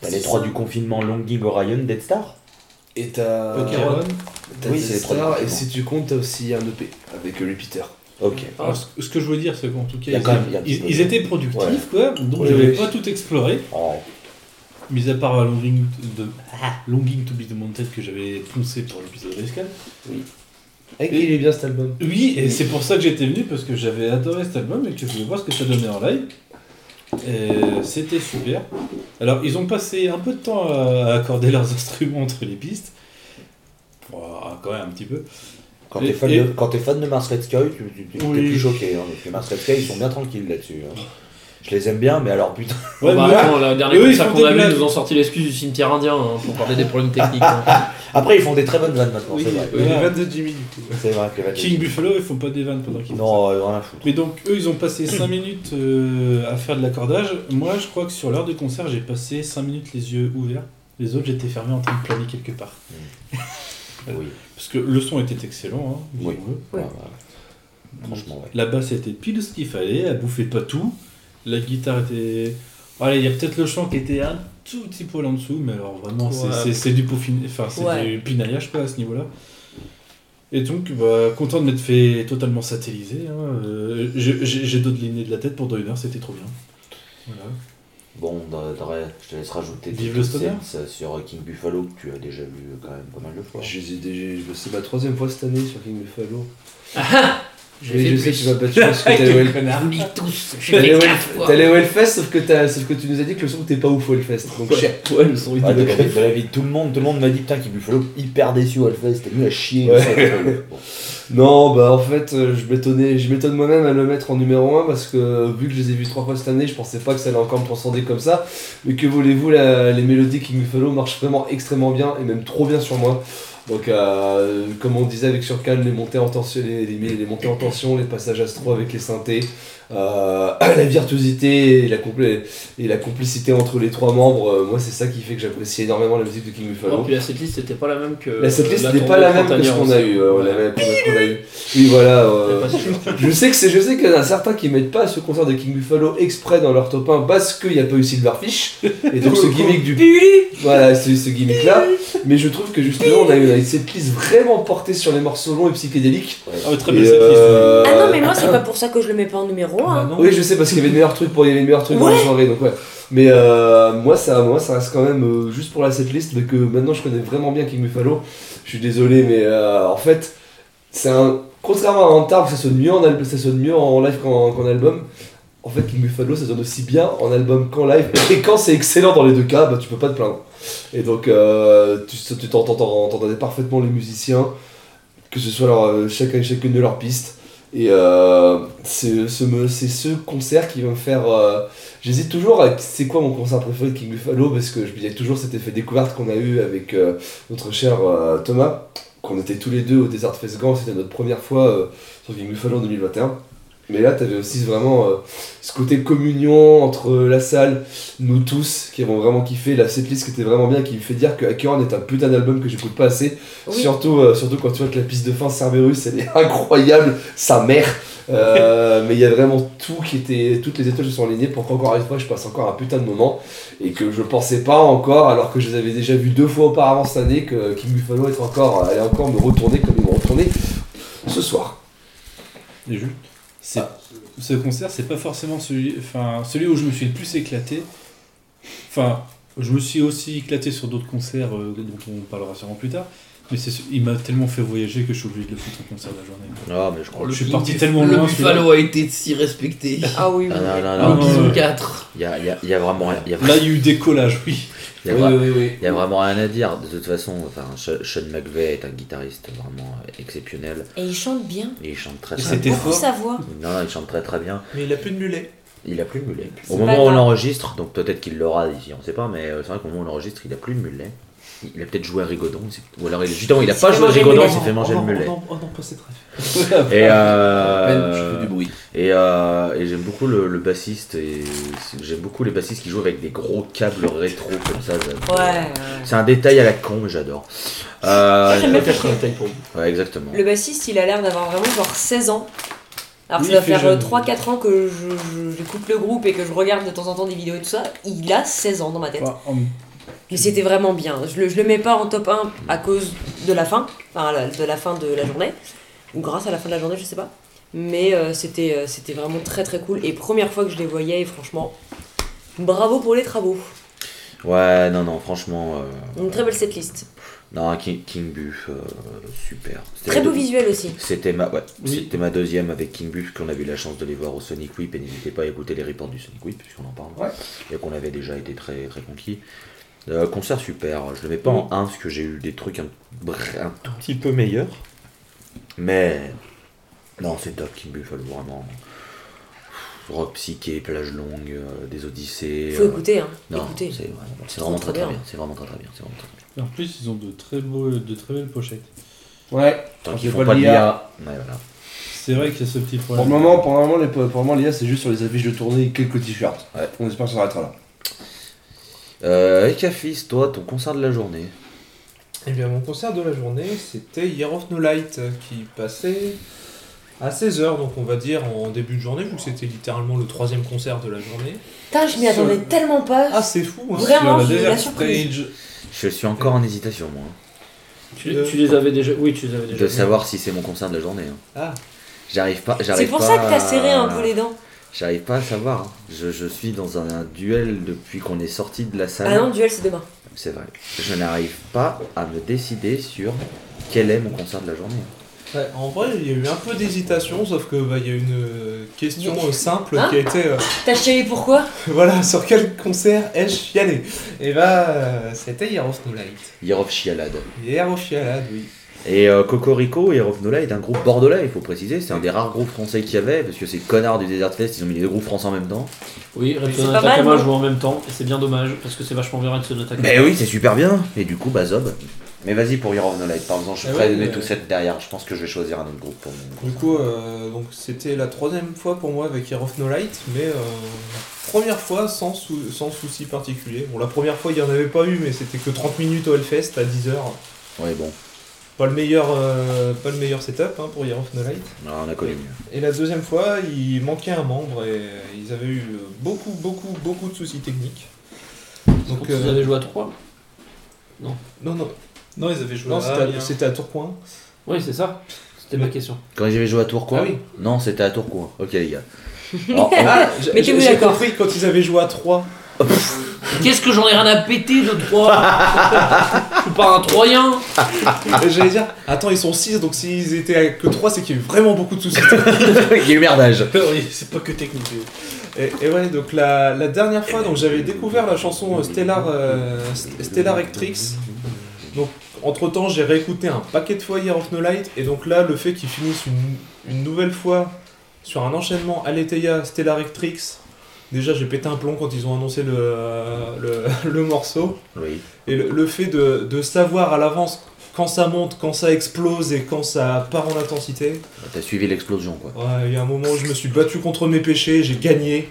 A: T'as les 3 du confinement Longing, Orion, Dead Star
D: Et t'as.
F: Pokémon.
D: T'as
A: Oui,
D: Death
A: c'est les trois
D: Star, et
A: Pokémon.
D: si tu comptes, t'as aussi un EP avec euh, Jupiter.
A: Ok.
G: Alors, ce- ce que je veux dire, c'est qu'en tout cas,
A: Il y a
G: ils,
A: quand même- il y a un petit
G: ils-
A: peu
G: ils
A: de-
G: étaient productifs,
A: Ouais.
G: quoi. Donc,
D: Oui,
G: j'avais
D: oui.
G: pas tout exploré,
A: Oh,
G: mis à part la Longing, de... Longing to be the Mountain que j'avais poussé pour l'épisode de l'escale.
D: Et il est bien cet album.
G: Oui, et c'est pour ça que j'étais venu, parce que j'avais adoré cet album et que je voulais voir ce que ça donnait en live. Et C'était super. Alors, ils ont passé un peu de temps à à accorder leurs instruments entre les pistes. Ouah, quand même un petit peu.
A: Quand
G: Et-
A: t'es fan,
G: et-
A: de- quand t'es fan de Mars Red Sky, tu, tu- tu- t'es
G: Oui.
A: plus choqué. Hein, parce que Mars Red Sky, ils sont bien tranquilles là-dessus. hein. Je les aime bien, mais alors putain.
G: Ouais,
F: bah,
G: mais-
F: attends, la dernière
G: eux, ils
F: concert
G: font
F: qu'on a
G: des
F: vu, ils
G: blagues.
F: nous ont sorti l'excuse du cimetière indien hein, pour parler des problèmes techniques. hein.
A: Après, ils font des très bonnes vannes maintenant, c'est vrai.
E: les vannes de Jimmy, du coup.
A: C'est vrai que les vannes-
G: King Buffalo, ils font pas des vannes pendant qu'ils font
A: Non, euh, rien à foutre.
G: Mais donc, eux, ils ont passé 5 minutes euh, à faire de l'accordage. Moi, je crois que sur l'heure de concert, j'ai passé 5 minutes les yeux ouverts. Les autres, j'étais fermé en train de planer quelque part.
A: Oui.
G: Parce que le son était excellent, hein,
A: Oui.
G: disons-le.
C: Ouais.
A: Ouais, ouais. Franchement, ouais.
G: La basse était pile ce qu'il fallait, elle bouffait pas tout. La guitare était. Voilà, il y a peut-être le chant qui était un tout petit poil en dessous, mais alors vraiment, c'est-
E: Ouais.
G: c'est c'est du peaufiné- enfin, c'est
C: Ouais.
G: du pinaillage quoi, à ce niveau-là. Et donc, bah, content de m'être fait totalement satelliser. hein. Euh, j'ai- J'ai j'ai dodeliné de la tête pendant une heure, c'était trop bien. Voilà.
A: Bon, dans- dans- je te laisse rajouter
G: Vive
A: des
G: le
A: petites
G: stoner.
A: scènes, euh, sur King Buffalo que tu as déjà vu euh, quand même pas mal de fois.
D: Je les ai déjà- C'est ma troisième fois cette année sur King Buffalo.
F: J'ai
D: Mais je sais
F: fait
D: que
F: plus.
D: tu vas pas te faire parce que t'as le Hell-
F: Oublie tous,
D: t'as
F: j'ai fait
D: le
F: quatre
D: Hell-
F: fois.
D: t'as le Hellfest, sauf que, t'as- sauf que tu nous as dit que le son était pas ouf au Hellfest. Donc, cher toi, le son
A: Ouais,
D: était
A: de,
D: pas
A: la,
D: ouf.
A: de la vie de tout le monde, tout le monde m'a dit putain King Buffalo hyper déçu au Hellfest, t'es venu à chier.
D: Ouais.
A: ça, Buffalo. Bon.
D: Non, bah en fait, euh, je m'étonnais, je m'étonne moi-même à le mettre en numéro 1 parce que euh, vu que je les ai vus trois fois cette année, je pensais pas que ça allait encore me transcender comme ça. Mais que voulez-vous, la- les mélodies King Buffalo marchent vraiment extrêmement bien et même trop bien sur moi. Donc, euh, comme on disait avec Surcal, les montées en tension, les, les- les montées en tension, les passages astro avec les synthés, euh, la virtuosité et la, complé- et la complicité entre les trois membres, euh, moi c'est ça qui fait que j'apprécie énormément la musique de King Buffalo.
F: Non, puis la setlist c'était pas la même que.
D: La setlist
F: Euh, la
D: n'est
F: tournée
D: pas la
F: de
D: même que ce qu'on
F: Frontier
D: a eu. euh,
F: Ouais.
D: la même qu'on a- qu'on a eu. Oui, voilà. euh,
F: C'est pas sûr.
D: je sais que c'est, je sais qu'il y en a certains qui mettent pas ce concert de King Buffalo exprès dans leur top 1 parce qu'il n'y a pas eu Silverfish. Et donc ce gimmick du voilà, c'est ce gimmick là. Mais je trouve que justement on a eu cette liste vraiment portée sur les morceaux longs et psychédéliques.
G: Ah, très
D: Et,
G: belle cette liste.
D: euh,
C: Ah non, mais moi, c'est pas pour ça que je le mets pas en numéro 1.
G: Bah non.
D: Oui, je sais parce qu'il y avait de meilleurs trucs pour il y avait de meilleurs trucs dans la soirée donc ouais. Mais euh, moi ça moi ça reste quand même euh, juste pour la setlist mais que maintenant je connais vraiment bien King Buffalo. Je suis désolé mais euh, en fait c'est un contrairement à Antar ça sonne mieux en al- ça sonne mieux en live qu'en qu'en album. En fait King Buffalo ça sonne aussi bien en album qu'en live et quand c'est excellent dans les deux cas bah tu peux pas te plaindre. Et donc euh, tu tu t'entends- t'entends- t'entendais parfaitement les musiciens que ce soit leur, euh, chacun et chacune de leurs pistes. Et euh, c'est ce, me- c'est ce concert qui va me faire. euh, J'hésite toujours à c'est quoi mon concert préféré de King Buffalo parce que je me dis toujours cet effet découverte qu'on a eu avec euh, notre cher euh, Thomas, qu'on était tous les deux au Desert Fest Grand, c'était notre première fois euh, sur King Buffalo en 2021. Mais là, t'avais aussi vraiment euh, ce côté communion entre la salle, nous tous, qui avons vraiment kiffé, la setlist qui était vraiment bien, qui me fait dire que Acorn est un putain d'album que j'écoute pas assez.
C: Oui.
D: Surtout, euh, surtout quand tu vois que la piste de fin Cerberus, elle est incroyable, sa mère. Euh, mais il y a vraiment tout qui était. Toutes les étoiles se sont alignées pour qu'encore une fois je passe encore un putain de moment et que je pensais pas encore, alors que je les avais déjà vus deux fois auparavant cette année, que King Buffalo est encore, allait encore me retourner comme ils m'ont retourné ce soir.
G: Et juste, c'est- ce concert, c'est pas forcément celui, enfin, celui où je me suis le plus éclaté. Enfin, je me suis aussi éclaté sur d'autres concerts euh, dont on parlera sûrement plus tard. Mais c'est, ce- il m'a tellement fait voyager que je suis obligé de le foutre en concert de la journée.
A: Ah, mais je crois.
F: Le
G: je suis
F: King
G: parti
F: Buff-
G: tellement
F: Le
G: loin,
F: Buffalo a été si respecté.
C: Ah oui, oui.
A: Ah, non, non,
G: Ah,
A: non.
F: Le
G: ouais.
F: Bison 4.
A: Il y a, il y a- il y a vraiment rien. Il y a,
G: Là, il y a eu des collages, oui.
A: il y a vra-
F: oui, oui.
A: il y a vraiment rien à dire. De toute façon, enfin, Sh- Sean McVeigh est un guitariste vraiment euh, exceptionnel.
C: Et il chante bien.
A: Et il chante très
G: Et
A: très
G: c'était
A: bien.
C: Beaucoup
G: fort.
C: sa voix.
A: Non, non, il chante très très bien.
E: Mais il a plus de mulet.
A: Il a plus de mulet.
C: C'est
A: Au
C: pas
A: moment où on
C: grave.
A: l'enregistre, donc peut-être qu'il l'aura ici, on sait pas, mais euh, c'est vrai qu'au moment où on l'enregistre, il a plus de mulet. Il a peut-être joué à Rigaudon. il s'est- Ou alors, il, justement, il a pas
F: fait
A: joué à
F: manger le
A: Rigaudon, il
F: mulet.
A: s'est fait manger le mulet.
F: Oh non, oh non, pas cette rêve.
A: Et,
D: peine, je Ben, fais
A: euh,
D: du bruit.
A: et, euh, et j'aime beaucoup le, le bassiste. Et c'est- j'aime beaucoup les bassistes qui jouent avec des gros câbles rétro comme ça. j'adore.
C: Ouais.
F: Euh,
A: C'est un détail à la con, mais j'adore. Euh,
D: Ah,
C: J'aime bien faire
F: Quatre taille pour vous.
A: ouais, exactement.
C: Le bassiste, il a l'air d'avoir vraiment genre 16 ans. Alors
F: Oui,
C: ça va
F: il fait
C: faire
F: jeune.
C: 3-4 ans que je, je- je coupe le groupe et que je regarde de temps en temps des vidéos et tout ça. Il a 16 ans dans ma tête.
G: Bah, hum,
C: Et c'était vraiment bien. Je le, je le mets pas en top 1 à cause de la fin, enfin la- de la fin de la journée, ou grâce à la fin de la journée, je sais pas. Mais euh, c'était euh, c'était vraiment très très cool. Et première fois que je les voyais, et franchement, bravo pour les travaux.
A: Ouais, non, non, franchement. euh,
C: Une très belle setlist.
A: Non, King, King Buff, euh, super. C'était
C: Très
A: la
C: beau
A: deux-
C: visuel aussi.
A: C'était ma, ouais,
F: Oui.
A: c'était ma deuxième avec King Buff, qu'on a eu la chance de les voir au Sonic Whip, et n'hésitez pas à écouter les reports du Sonic Whip, puisqu'on en parle, et qu'on avait déjà été très, très conquis. Euh, concert super, je le mets pas en 1 parce que j'ai eu des trucs un, br- un tout petit peu meilleurs, mais non, c'est top King Buffalo, vraiment. Pff, Rock psyché, plage longue, euh, des odyssées.
C: Faut
A: euh,
C: écouter, hein.
A: non, c'est
C: Écoutez.
A: vraiment, c'est vraiment très
C: Trop
A: très
C: bien.
A: bien. C'est vraiment très très bien. C'est vraiment très très bien.
G: En plus, ils ont de très, beaux, de très belles pochettes.
D: Ouais.
A: Tant
D: On
A: qu'ils
D: fait
A: font pas de l'IA.
D: l'IA.
A: Ouais, voilà.
G: C'est vrai qu'il y a ce petit
D: Pour
G: problème.
D: le moment, pour le moment, les, pour le moment, l'IA, c'est juste sur les affiches de tournée et quelques t-shirts.
A: Ouais.
D: On espère que ça s'arrêtera là.
A: Euh, et Cafis, toi, ton concert de la journée
E: Eh bien, mon concert de la journée, c'était Year of No Light, euh, qui passait à 16h, donc on va dire en début de journée, vu que c'était littéralement le troisième concert de la journée.
C: Putain, je m'y attendais tellement pas.
E: Ah, c'est fou, hein
C: Vraiment,
E: Sur
C: j'ai eu la
E: Desert
C: surprise.
E: Stage.
A: Je suis encore en hésitation, moi. hein,
F: Tu,
E: Euh,
F: tu les avais déjà. Oui, tu les avais déjà.
A: De savoir si c'est mon concert de la journée. hein.
E: Ah,
A: J'arrive pas.
C: C'est
A: j'arrive
C: pour
A: pas
C: ça que t'as
A: à-
C: serré un peu les dents.
A: J'arrive pas à savoir. hein. Je, je suis dans un, un duel depuis qu'on est sorti de la salle.
C: Ah non, duel c'est demain.
A: c'est vrai. Je n'arrive pas à me décider sur quel est mon concert de la journée.
E: ouais, en vrai, il y a eu un peu d'hésitation, sauf que bah, il y a une euh, question euh, simple
C: Hein
E: qui a été euh,
C: T'as chialé pourquoi
E: voilà, sur quel concert ai-je chialé Et bah, euh, c'était Year of No Light.
A: Year of Chialade.
E: Year of Chialade, oui.
A: Et euh, Cocorico et Rock No Light, un groupe bordelais, il faut préciser. C'est un des rares groupes français qu'il y avait, parce que ces connards du Desert Fest, ils ont mis les deux groupes français en même temps.
F: Oui,
C: C'est
F: Repton
C: pas mal,
F: Atakama
C: non
F: joue en même temps, et c'est bien dommage, parce que c'est vachement bien Repton Atakama.
A: Mais Ben oui, c'est super bien. Et du coup, bah Zob. Mais vas-y pour Year of No Light. Par exemple, je
E: Ah
A: pourrais
E: oui,
A: donner
E: mais-
A: tout cette derrière. Je pense que je vais choisir un autre groupe pour mon.
E: Du coup, euh, donc c'était la troisième fois pour moi avec Year of No Light, mais euh, première fois sans, sou- sans souci particulier. Bon, la première fois, il n'y en avait pas eu, mais c'était que 30 minutes au Hellfest à 10h.
A: Ouais, bon.
E: Pas le meilleur, euh, pas le meilleur setup hein, pour Year of No Light.
A: Alors, Ah, on a connu mieux.
E: Et la deuxième fois, il manquait un membre et euh, ils avaient eu beaucoup, beaucoup, beaucoup de soucis techniques.
F: Donc,
E: Donc,
F: vous
E: euh,
F: avez joué à 3
E: non, non,
B: Non, ils avaient joué
E: non,
B: à
E: c'était à-
B: Amiens.
E: c'était à, Tourcoing.
F: Oui, c'est ça. C'était ma question.
A: Quand j'avais joué à Tourcoing
E: Ah oui.
A: Non, c'était à Tourcoing. Ok, les gars. Oh, Alors, on-
E: Ah, j'ai-
C: Mettez-vous
E: j'ai- j'ai
C: d'accord.
E: compris quand ils avaient joué à 3.
F: Qu'est-ce que j'en ai rien à péter de 3 Je suis pas un Troyen
B: Ah.
E: Et J'allais dire, attends, ils sont 6, donc s'ils étaient à que 3, c'est qu'il y a eu vraiment beaucoup de soucis.
A: Il y a eu merdage.
B: Oui, c'est pas que technique.
E: Et, et ouais, donc la, la dernière fois, donc j'avais découvert la chanson euh, Stellar, euh, St- Stellar Electrics. Donc entre temps, j'ai réécouté un paquet de fois Year of No Light, et donc là, le fait qu'ils finissent une, une nouvelle fois sur un enchaînement Aletheia Stellar Electrics. Déjà, j'ai pété un plomb quand ils ont annoncé le, euh, le, le morceau.
A: Oui.
E: Et le, le fait de, de savoir à l'avance quand ça monte, quand ça explose et quand ça part en intensité.
A: T'as suivi l'explosion, quoi.
E: Ouais, il y a un moment où je me suis battu contre mes péchés, j'ai gagné.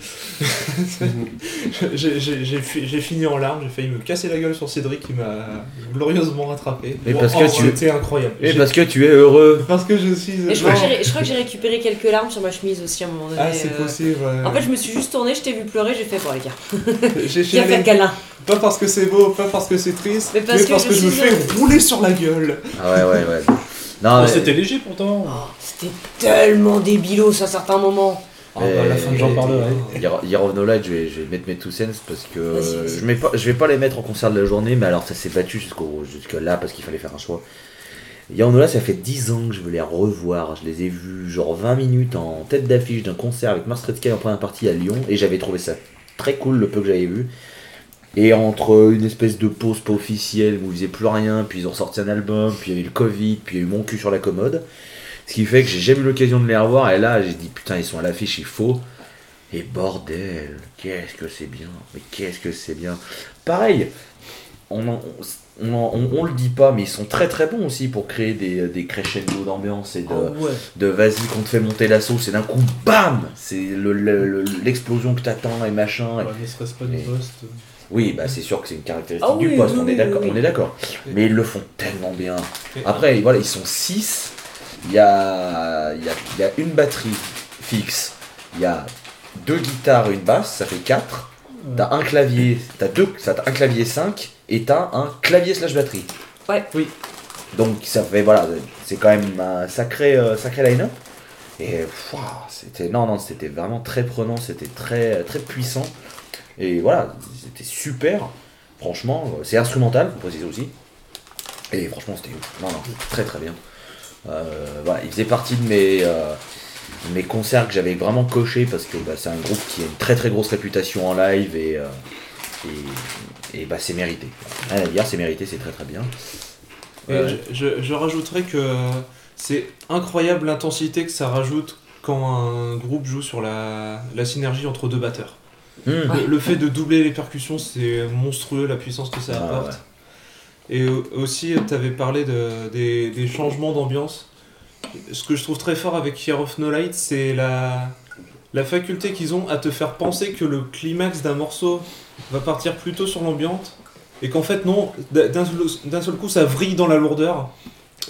E: j'ai j'ai- j'ai fi- j'ai fini en larmes, j'ai failli me casser la gueule sur Cédric qui m'a glorieusement rattrapé. Oh,
A: Mais parce que tu-
E: C'était incroyable.
A: Et
E: J'ai-
A: parce que tu es heureux.
E: parce que je suis...
C: Et je crois que
E: Non.
C: j'ai- je crois que j'ai récupéré quelques larmes sur ma chemise aussi à un moment donné.
E: Ah, c'est
C: euh.
E: possible. ouais.
C: En fait, je me suis juste tournée, je t'ai vu pleurer, j'ai fait pour les gars.
E: j'ai
C: Viens
E: chialé.
C: faire câlin.
E: Pas parce que c'est beau, pas parce que c'est triste,
C: Mais parce que je
E: je me
C: suis
E: fais
C: heureux.
E: rouler sur la gueule.
A: Ah ouais, ouais, Ah, ouais. Non, mais-
G: C'était léger pourtant.
C: Oh, C'était tellement débilos à certains moments.
E: Ah, bah, la fin de
G: j'en
E: l'été.
G: parlerai.
A: Year Year of No Light, je vais, je vais mettre mes two cents parce que
C: Vas-y,
A: euh,
C: vas-y.
A: je, mets pas, je vais pas les mettre en concert de la journée, mais alors ça s'est battu jusqu'au jusque là parce qu'il fallait faire un choix. Year of No Light, ça fait 10 ans que je veux les revoir. Je les ai vus genre 20 minutes en tête d'affiche d'un concert avec Mars Red Sky en première partie à Lyon et j'avais trouvé ça très cool le peu que j'avais vu. Et entre une espèce de pause pas officielle où ils faisaient plus rien, puis ils ont sorti un album, puis il y a eu le Covid, puis il y a eu mon cul sur la commode. Ce qui fait que j'ai jamais eu l'occasion de les revoir et là j'ai dit putain ils sont à l'affiche, il faut. Et bordel, qu'est-ce que c'est bien, mais qu'est-ce que c'est bien. Pareil, on en- on- on, en- on- on le dit pas, mais ils sont très très bons aussi pour créer des, des crescendo d'ambiance et de,
F: Ah ouais.
A: de vas-y qu'on te fait monter la sauce et d'un coup bam c'est le- le- le- l'explosion que t'attends et machin. Et-
G: Bah, ne serait-ce pas du
A: Mais-
G: poste.
A: Oui bah c'est sûr que c'est une caractéristique
C: Ah
A: du
C: oui,
A: poste,
C: oui,
A: on est
C: oui,
A: d'accord,
C: oui,
A: on
C: oui.
A: est d'accord. Mais ils le font tellement bien. Après voilà ils sont 6, il y a, il y, a, il y a une batterie fixe, il y a deux guitares et une basse, ça fait 4. T'as un clavier, t'as deux, ça- t'as un clavier 5 et t'as un clavier slash batterie.
C: Ouais.
F: Oui.
A: Donc ça fait voilà, c'est quand même un sacré, euh, sacré line-up. Et pouah, c'était non non, c'était vraiment très prenant, c'était très très puissant. Et voilà, c'était super. Franchement, euh, c'est instrumental, faut préciser aussi. Et franchement, c'était non non, très très bien. Euh, voilà, il faisait partie de mes euh, mes concerts que j'avais vraiment coché parce que bah, c'est un groupe qui a une très très grosse réputation en live et, euh, et, et, bah, c'est mérité. Rien à dire, c'est mérité, c'est très très bien.
E: Et je, je- je rajouterais que euh, c'est incroyable l'intensité que ça rajoute quand un groupe joue sur la, la synergie entre deux batteurs.
A: Hmm.
E: Le, le fait de doubler les percussions, c'est monstrueux la puissance que ça
A: Ah,
E: apporte. Et au- aussi, tu avais parlé de- des, des changements d'ambiance. Ce que je trouve très fort avec Year of No Light, c'est la, la faculté qu'ils ont à te faire penser que le climax d'un morceau va partir plutôt sur l'ambiance. Et qu'en fait, non, d'un d'un seul- d'un seul coup, ça vrille dans la lourdeur.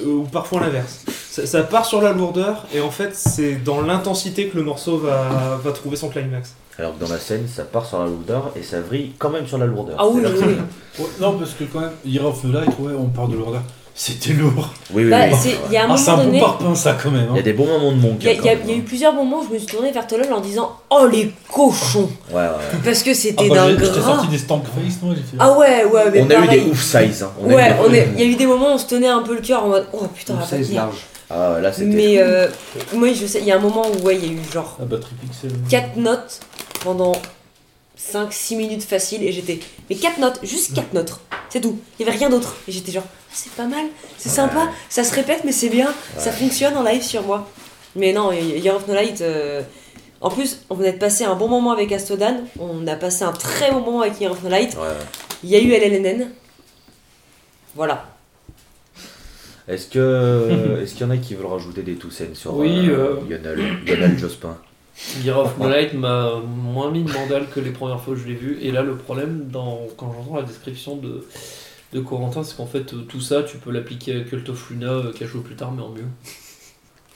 E: euh, Ou parfois l'inverse. Ça, ça part sur la lourdeur, et en fait, c'est dans l'intensité que le morceau va, va trouver son climax.
A: Alors que dans la scène, ça part sur la lourdeur et ça vrille quand même sur la lourdeur.
C: Ah oui,
A: C'est-à-dire
C: oui,
A: que-
G: Ouais, non, parce que quand même, Year of the Light, ouais, on parle de l'ordre. C'était lourd.
A: oui, oui,
C: Bah,
A: oui.
C: c'est- il y a un
G: Ah, c'est
C: moment
G: un bon
C: donné,
G: parpaing, ça, quand même.
A: Il y
G: hein.
A: a des bons moments de mon
C: il y, a- il y a- il y a
A: hein.
C: eu plusieurs moments où je me suis tourné vers Tolol en disant Oh les cochons
A: Ouais, ouais.
C: Parce que
G: Ah,
C: c'était
G: bah,
C: d'un
G: j'ai- J'étais
C: gras.
G: sorti des stank face, moi, j'ai fait.
C: Ah ouais, ouais, mais
A: On a eu
C: pareil.
A: des ouf size. hein. On a eu
C: Ouais,
A: des-
C: on est- il y a eu des moments où on se tenait un peu le cœur en mode Oh putain,
F: Une
C: la
F: size
C: venir.
F: large.
A: Ah, là, c'était.
C: Mais euh, moi, je sais, il y a un moment où ouais, il y a eu genre
G: La batterie pixel.
C: 4 notes pendant 5-6 minutes facile et j'étais. Mais 4 notes, juste 4 notes, c'est tout. Il y avait rien d'autre. Et j'étais genre, Ah, c'est pas mal, c'est sympa, ça se répète, mais c'est bien, ça fonctionne en live sur moi. Mais non, Year of No Light. euh, En plus, on venait de passer un bon moment avec Astodan, on a passé un très bon moment avec Year of No Light.
A: Ouais, ouais.
C: Il y a eu LLNN. Voilà.
A: Est-ce que est-ce qu'il y en a qui veulent rajouter des toussens sur
F: Oui,
A: euh,
F: euh.
A: Lionel, Lionel Jospin
F: Gear of No Light m'a moins mis de mandale que les premières fois que je l'ai vu. Et là, le problème, dans... quand j'entends la description de, de Corentin, c'est qu'en fait, euh, tout ça, tu peux l'appliquer à Cult of Luna, euh, Cachot plus tard, mais en mieux.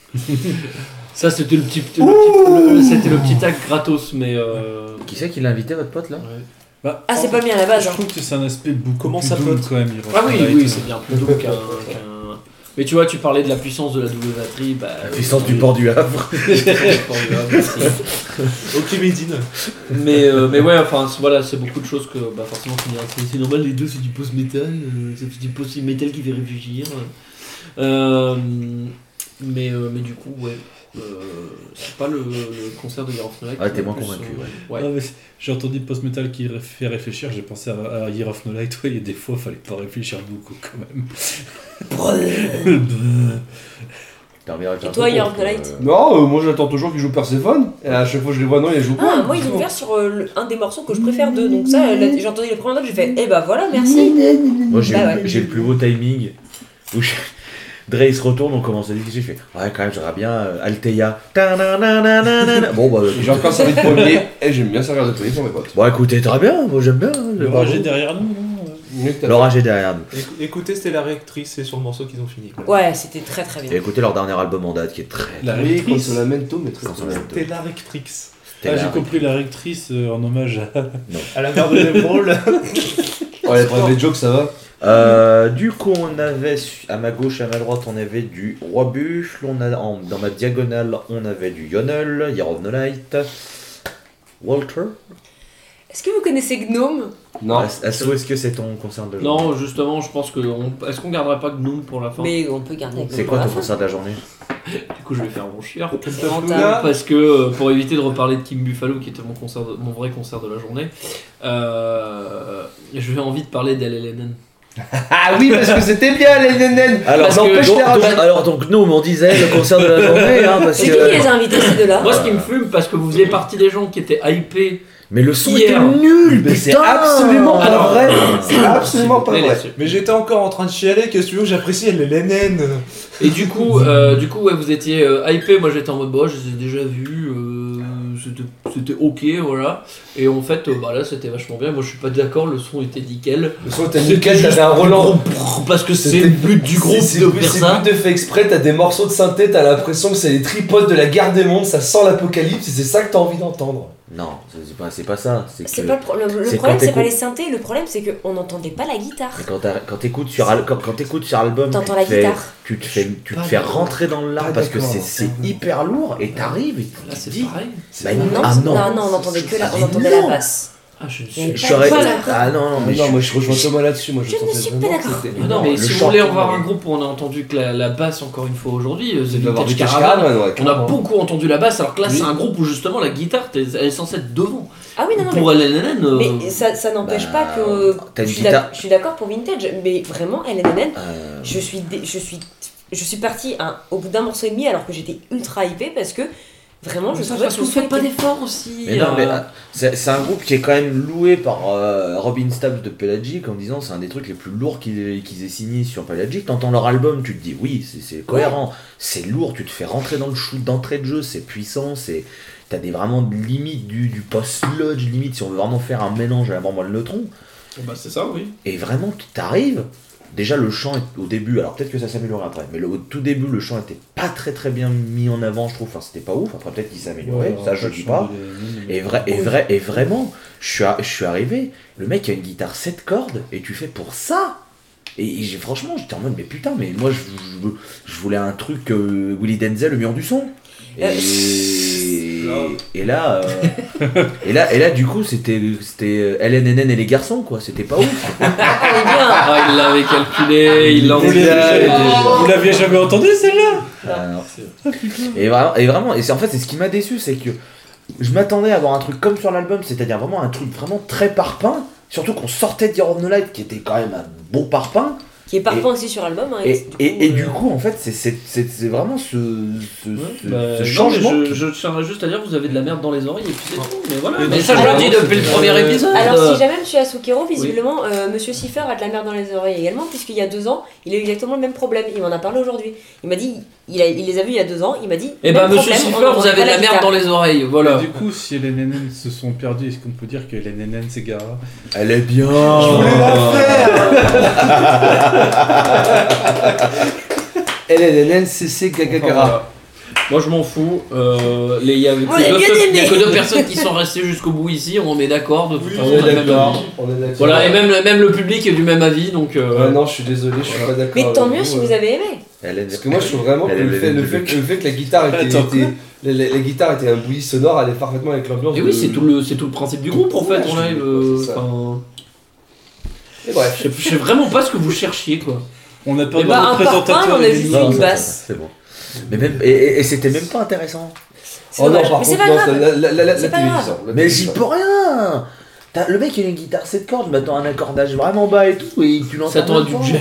F: ça, c'était le petit, le petit- le- c'était le petit acte gratos, mais. euh,
A: Qui c'est qui l'a invité, votre pote là
F: ouais.
G: Bah,
C: Ah, c'est pas bien à la base.
G: Je
C: hein.
G: trouve que c'est un aspect beaucoup
E: Comment
G: plus
E: ça
G: doom,
E: flotte
G: quand même. Year of
F: Ah oui,
G: the Light.
F: oui, c'est bien plus doux qu'un. qu'un- Mais tu vois, tu parlais de la puissance de la double batterie. Bah,
A: La puissance du port du Havre.
E: Ok, Médine.
F: mais, euh, mais ouais, enfin c'est- voilà, c'est beaucoup de choses que bah, forcément tu me diras, c'est- c'est normal, les deux c'est du post-metal, euh, c'est du post-metal qui fait réfléchir. Euh, mais, euh, mais du coup, ouais, euh, c'est pas le, le concert de Year of the Night.
A: Ah,
F: qui
A: t'es
F: m'a
A: moins
F: plus,
A: convaincu,
F: euh,
G: Ah, mais c'est- J'ai entendu post-metal qui ré- fait réfléchir, j'ai pensé à, à Year of No Light, ouais, il y a des fois, fallait pas réfléchir beaucoup quand même.
C: Et toi, Year of the Light
D: Non, euh, moi j'attends toujours qu'ils jouent Persephone. Et à chaque fois que je les vois, non, ils jouent pas.
C: Ah, moi ils ont ouvert sur euh, le- un des morceaux que je préfère d'eux, donc ça, là, j'ai entendu les premières notes, j'ai fait eh bah voilà, merci.
A: Moi j'ai
C: Bah ouais.
A: j'ai le plus beau timing où je... Dre il se retourne, on commence à discuter, je fais ouais quand même j'aurais bien euh, Altea. Ta-na-na-na-na-na-na. Bon bah
D: Et J'ai encore servi de premier, et j'aime bien servir de premier pour mes potes.
A: bon écoutez très bien, moi j'aime bien. hein,
G: Le
A: bravo.
G: rejet derrière nous, non
D: Mieux que t'as
A: L'orage est derrière nous.
E: Éc- Écoutez, c'était la réactrice, c'est sur le morceau qu'ils ont fini. quoi.
C: Ouais, c'était très très
A: Et
C: bien.
A: écoutez leur dernier album en date qui est très
G: La
D: Oui, quand
G: rectrice.
D: on l'amène tôt, mais très
A: Quand on
D: bien.
A: l'amène tôt.
E: C'était la réactrice.
G: Ah,
A: la-
G: j'ai compris la rectrice euh, en hommage à.
E: À la merde de Brol.
D: Oh, les premiers jokes, ça va.
A: Euh, du coup, on avait su- à ma gauche et à ma droite, on avait du Roi Buffle. On a, en- dans ma diagonale, on avait du Yonel, Year of the Light, Walter.
C: Est-ce que vous connaissez Gnome
D: Non.
A: As- Asso, est-ce que c'est ton concert de la journée
F: Non, justement, je pense que. on- Est-ce qu'on garderait pas Gnome pour la fin
C: Mais on peut garder
A: C'est
C: Gnome
A: quoi
C: pour la
A: ton
C: fin.
A: concert de la journée
F: Du coup, je vais faire mon chieur.
C: C'est rentable.
F: Parce que euh, pour éviter de reparler de Kim Buffalo, qui était mon, concert de- mon vrai concert de la journée, euh, j'ai envie de parler d'LLNN.
D: Ah oui, parce que c'était bien, les nénènes
A: alors
D: Parce
A: donc,
D: que-
A: donc,
D: donc-
A: donc- alors, donc, nous, on disait le concert de la journée, hein, parce
C: C'est qui qui
A: que.
C: les a invités ces deux-là
F: Moi, ce qui me fume, parce que vous faisiez partie des gens qui étaient hypés
A: Mais le son
F: Hier.
A: était nul,
D: Mais c'est
A: putain
D: absolument pas vrai. C'est absolument pas
F: Allez,
D: vrai.
F: là-dessus.
E: Mais j'étais encore en train de chialer, qu'est-ce que tu veux, j'appréciais les LNN.
F: Et du coup, euh, du coup ouais, vous étiez euh, hypé, moi j'étais en mode bon, je les ai déjà vus, euh, c'était- c'était ok, voilà. Et en fait, euh, bah, là c'était vachement bien, moi je suis pas d'accord, le son était nickel.
D: Le soir, t'as
F: C'était
D: nickel,
F: juste
D: t'avais un
F: du
D: Roland.
F: groupe, parce que c'est
D: C'était-
F: le but du groupe
D: C'est
F: de
D: plus
F: faire ça.
D: de fait exprès, t'as des morceaux de synthé, t'as l'impression que c'est les tripodes de la guerre des mondes, ça sent l'apocalypse et c'est ça que t'as envie d'entendre.
A: Non, c'est- c'est pas, c'est pas ça. C'est
C: C'est
A: que-
C: pas le, pro- le- le
A: c'est
C: problème,
A: quand
C: c'est pas
A: t'écoutes-
C: les synthés, le problème c'est qu'on n'entendait pas la guitare.
A: Mais Quand t'as- quand t'écoutes sur, al- quand, quand t'écoutes sur album, tu
C: T'entends
A: te,
C: la
A: fais,
C: guitare.
A: tu te fais, tu te
F: Pas
A: fais
F: d'accord.
A: rentrer dans le lard
D: Pas
A: parce que
D: d'accord.
A: c'est c'est hyper lourd et t'arrives et tu
F: Là
A: te
F: c'est
A: dis.
F: pareil.
A: bah
C: Non,
A: ah non.
C: non, non, on entendait que la,
A: Ah,
C: on
A: mais
C: entendait
A: non.
C: la basse.
F: Ah, je ne
C: Il y avait
F: suis
A: Je
C: pas-
A: serais-
C: pas d'accord.
A: Ah non, non, mais
D: Mais non,
A: je-
D: moi je rejoins Thomas là-dessus. Moi, je,
C: Je
D: sentais
C: ne suis pas
D: vraiment que
C: d'accord.
D: c'était-
F: Ah Non,
A: Non,
F: mais
A: le
F: si vous
A: chant-
F: voulez revoir un groupe où on a entendu que la, la basse encore une fois aujourd'hui, euh, The
D: Il doit avoir du
F: Vintage
D: cash
F: Caravan,
D: ouais.
F: on a
D: clairement.
F: beaucoup entendu la basse, alors que là
D: Oui.
F: c'est un groupe où justement la guitare t'es- elle est censée être devant.
C: Ah oui, non, non, mais-
F: Pour LNN, euh,
C: mais, ça, ça n'empêche
A: bah,
C: pas que.
A: t'as une
C: je suis
A: guitare.
C: d'ac- Je suis d'accord pour Vintage, mais vraiment, LNN,
A: Euh,
C: je suis, dé- je suis, je suis partie hein, au bout d'un morceau et demi alors que j'étais ultra hypée parce que vraiment, je
F: ça,
C: trouvais
F: parce
C: que
F: qu'on
C: tout
F: fait pas
C: était-
F: d'efforts aussi.
A: mais non, mais
F: euh,
A: ah, c'est c'est un groupe qui est quand même loué par euh, Robin Stabs de Pelagic en disant c'est un des trucs les plus lourds qu'ils qu'ils aient signé sur Pelagic. T'entends leur album, tu te dis oui, c'est- c'est cohérent, c'est lourd, tu te fais rentrer dans le shoot d'entrée de jeu, c'est puissant, c'est. T'as des vraiment limites du, du post-lodge, limite si on veut vraiment faire un mélange à la moi le neutron.
F: Bah c'est ça, oui.
A: Et vraiment, tu t'arrives. Déjà, le chant est- au début, alors peut-être que ça s'améliore après, mais le, au tout début, le chant était pas très très bien mis en avant, je trouve. Enfin, c'était pas ouf. Après, peut-être qu'il s'améliorait,
G: Ouais,
A: ça je
G: le
A: dis
G: chant
A: pas.
G: de la-
A: Et, vrai, et, vrai, et vraiment, je suis, a- je suis arrivé, le mec a une guitare 7 cordes, et tu fais pour ça Et, et j'ai- franchement, j'étais en mode, mais putain, mais moi je, je- je voulais un truc euh, Willy Denzel, le mur du son. Et,
F: Euh,
A: et là, euh, et là, et là, du coup, c'était, c'était euh, LNNN et les garçons, quoi. C'était pas ouf.
F: Ah, il l'avait calculé, il l'a
G: Vous l'aviez
F: envoyé.
G: jamais- Euh, vous l'aviez jamais entendu celle-là
A: Euh, et vraiment, et vraiment, et c'est en fait c'est ce qui m'a déçu, c'est que je m'attendais à avoir un truc comme sur l'album, c'est-à-dire vraiment un truc vraiment très parpaing, surtout qu'on sortait de Year of the Light qui était quand même un beau parpaing,
C: qui est
A: Et-
C: parfois aussi sur album. hein,
A: et, et, et du
C: euh,
A: coup en fait c'est- c'est c'est- c'est vraiment ce, ce, ce-
F: Bah,
A: ce
F: non,
A: changement.
F: mais
A: qui-
F: je, je tiendrai juste à dire vous avez de la merde dans les oreilles et puis c'est tout. Mais voilà.
E: Et
F: Mais
E: donc,
F: ça je le
E: vraiment,
F: dis depuis le
E: c'était-
F: premier épisode.
C: Alors si jamais monsieur Asukero, visiblement, euh, monsieur Siffer a de la merde dans les oreilles également, puisqu'il y a deux ans, il a eu exactement le même problème. Il m'en a parlé aujourd'hui. Il m'a dit, il, a- il les a vus il y a deux ans, il m'a dit.
F: Eh
C: même
F: ben monsieur
C: problème, on
F: Schiffer,
C: n'entend
F: vous avez
C: pas
F: de la merde
C: guitare.
F: dans les oreilles, voilà.
G: Du coup, si les NNN se sont perdus, est-ce qu'on peut dire que les NNN s'égarent
A: Elle est bien.
D: LNN, CC, Gagagara.
F: Moi je m'en fous. euh, les- Il y avait
C: On l'a
F: que,
C: bien
F: deux, il y a
C: aimé.
F: que deux personnes qui sont restées jusqu'au bout ici, on est d'accord de toute façon.
D: On
F: on a
D: est
F: le même
D: d'accord.
F: avis.
D: On est d'accord.
F: Voilà, et même, même le public est du même avis donc. euh,
A: Ah
D: Ouais, non, je suis désolé, je suis pas d'accord.
C: Mais tant
D: avec
C: mieux
D: vous,
C: si
D: euh.
C: vous avez aimé.
A: Elle est-
D: Parce que moi, je trouve vraiment que
A: Elle
D: le
A: est
D: fait, le,
A: du
D: fait,
A: Luc.
D: que- le fait que la guitare était,
G: Attends,
D: était- la, la- la guitare était un bouillie sonore, allait parfaitement avec l'ambiance.
F: Et
D: de-
F: oui, c'est tout le c'est tout le principe du groupe en fait
D: Ouais,
F: en
D: je suis
F: live.
D: d'accord,
F: euh,
D: c'est ça.
F: enfin,
D: Et bref.
F: Je sais- je sais vraiment pas ce que vous cherchiez quoi.
G: On a
C: Eh
G: perdu
C: ben, un
G: notre
C: parpaing,
G: présentateur.
C: on a
G: les
C: juste
G: NNN.
C: une
A: Non, ça, ça,
C: basse.
A: ça, C'est bon. Mais même, et, et- et c'était même pas intéressant.
C: C'est
D: Oh non,
C: dommage.
D: par
C: Mais c'est
D: contre,
C: pas
D: non, ça-
C: grave.
D: la- la- la- la
C: C'est pas
D: télévision. la
A: Mais j'y
D: télévision.
A: peux rien. T'as- le mec il a une guitare 7 cordes, je m'attends à un accordage vraiment bas et tout, et tu l'entends.
F: Ça t'aurait du
A: même pas.
F: gent.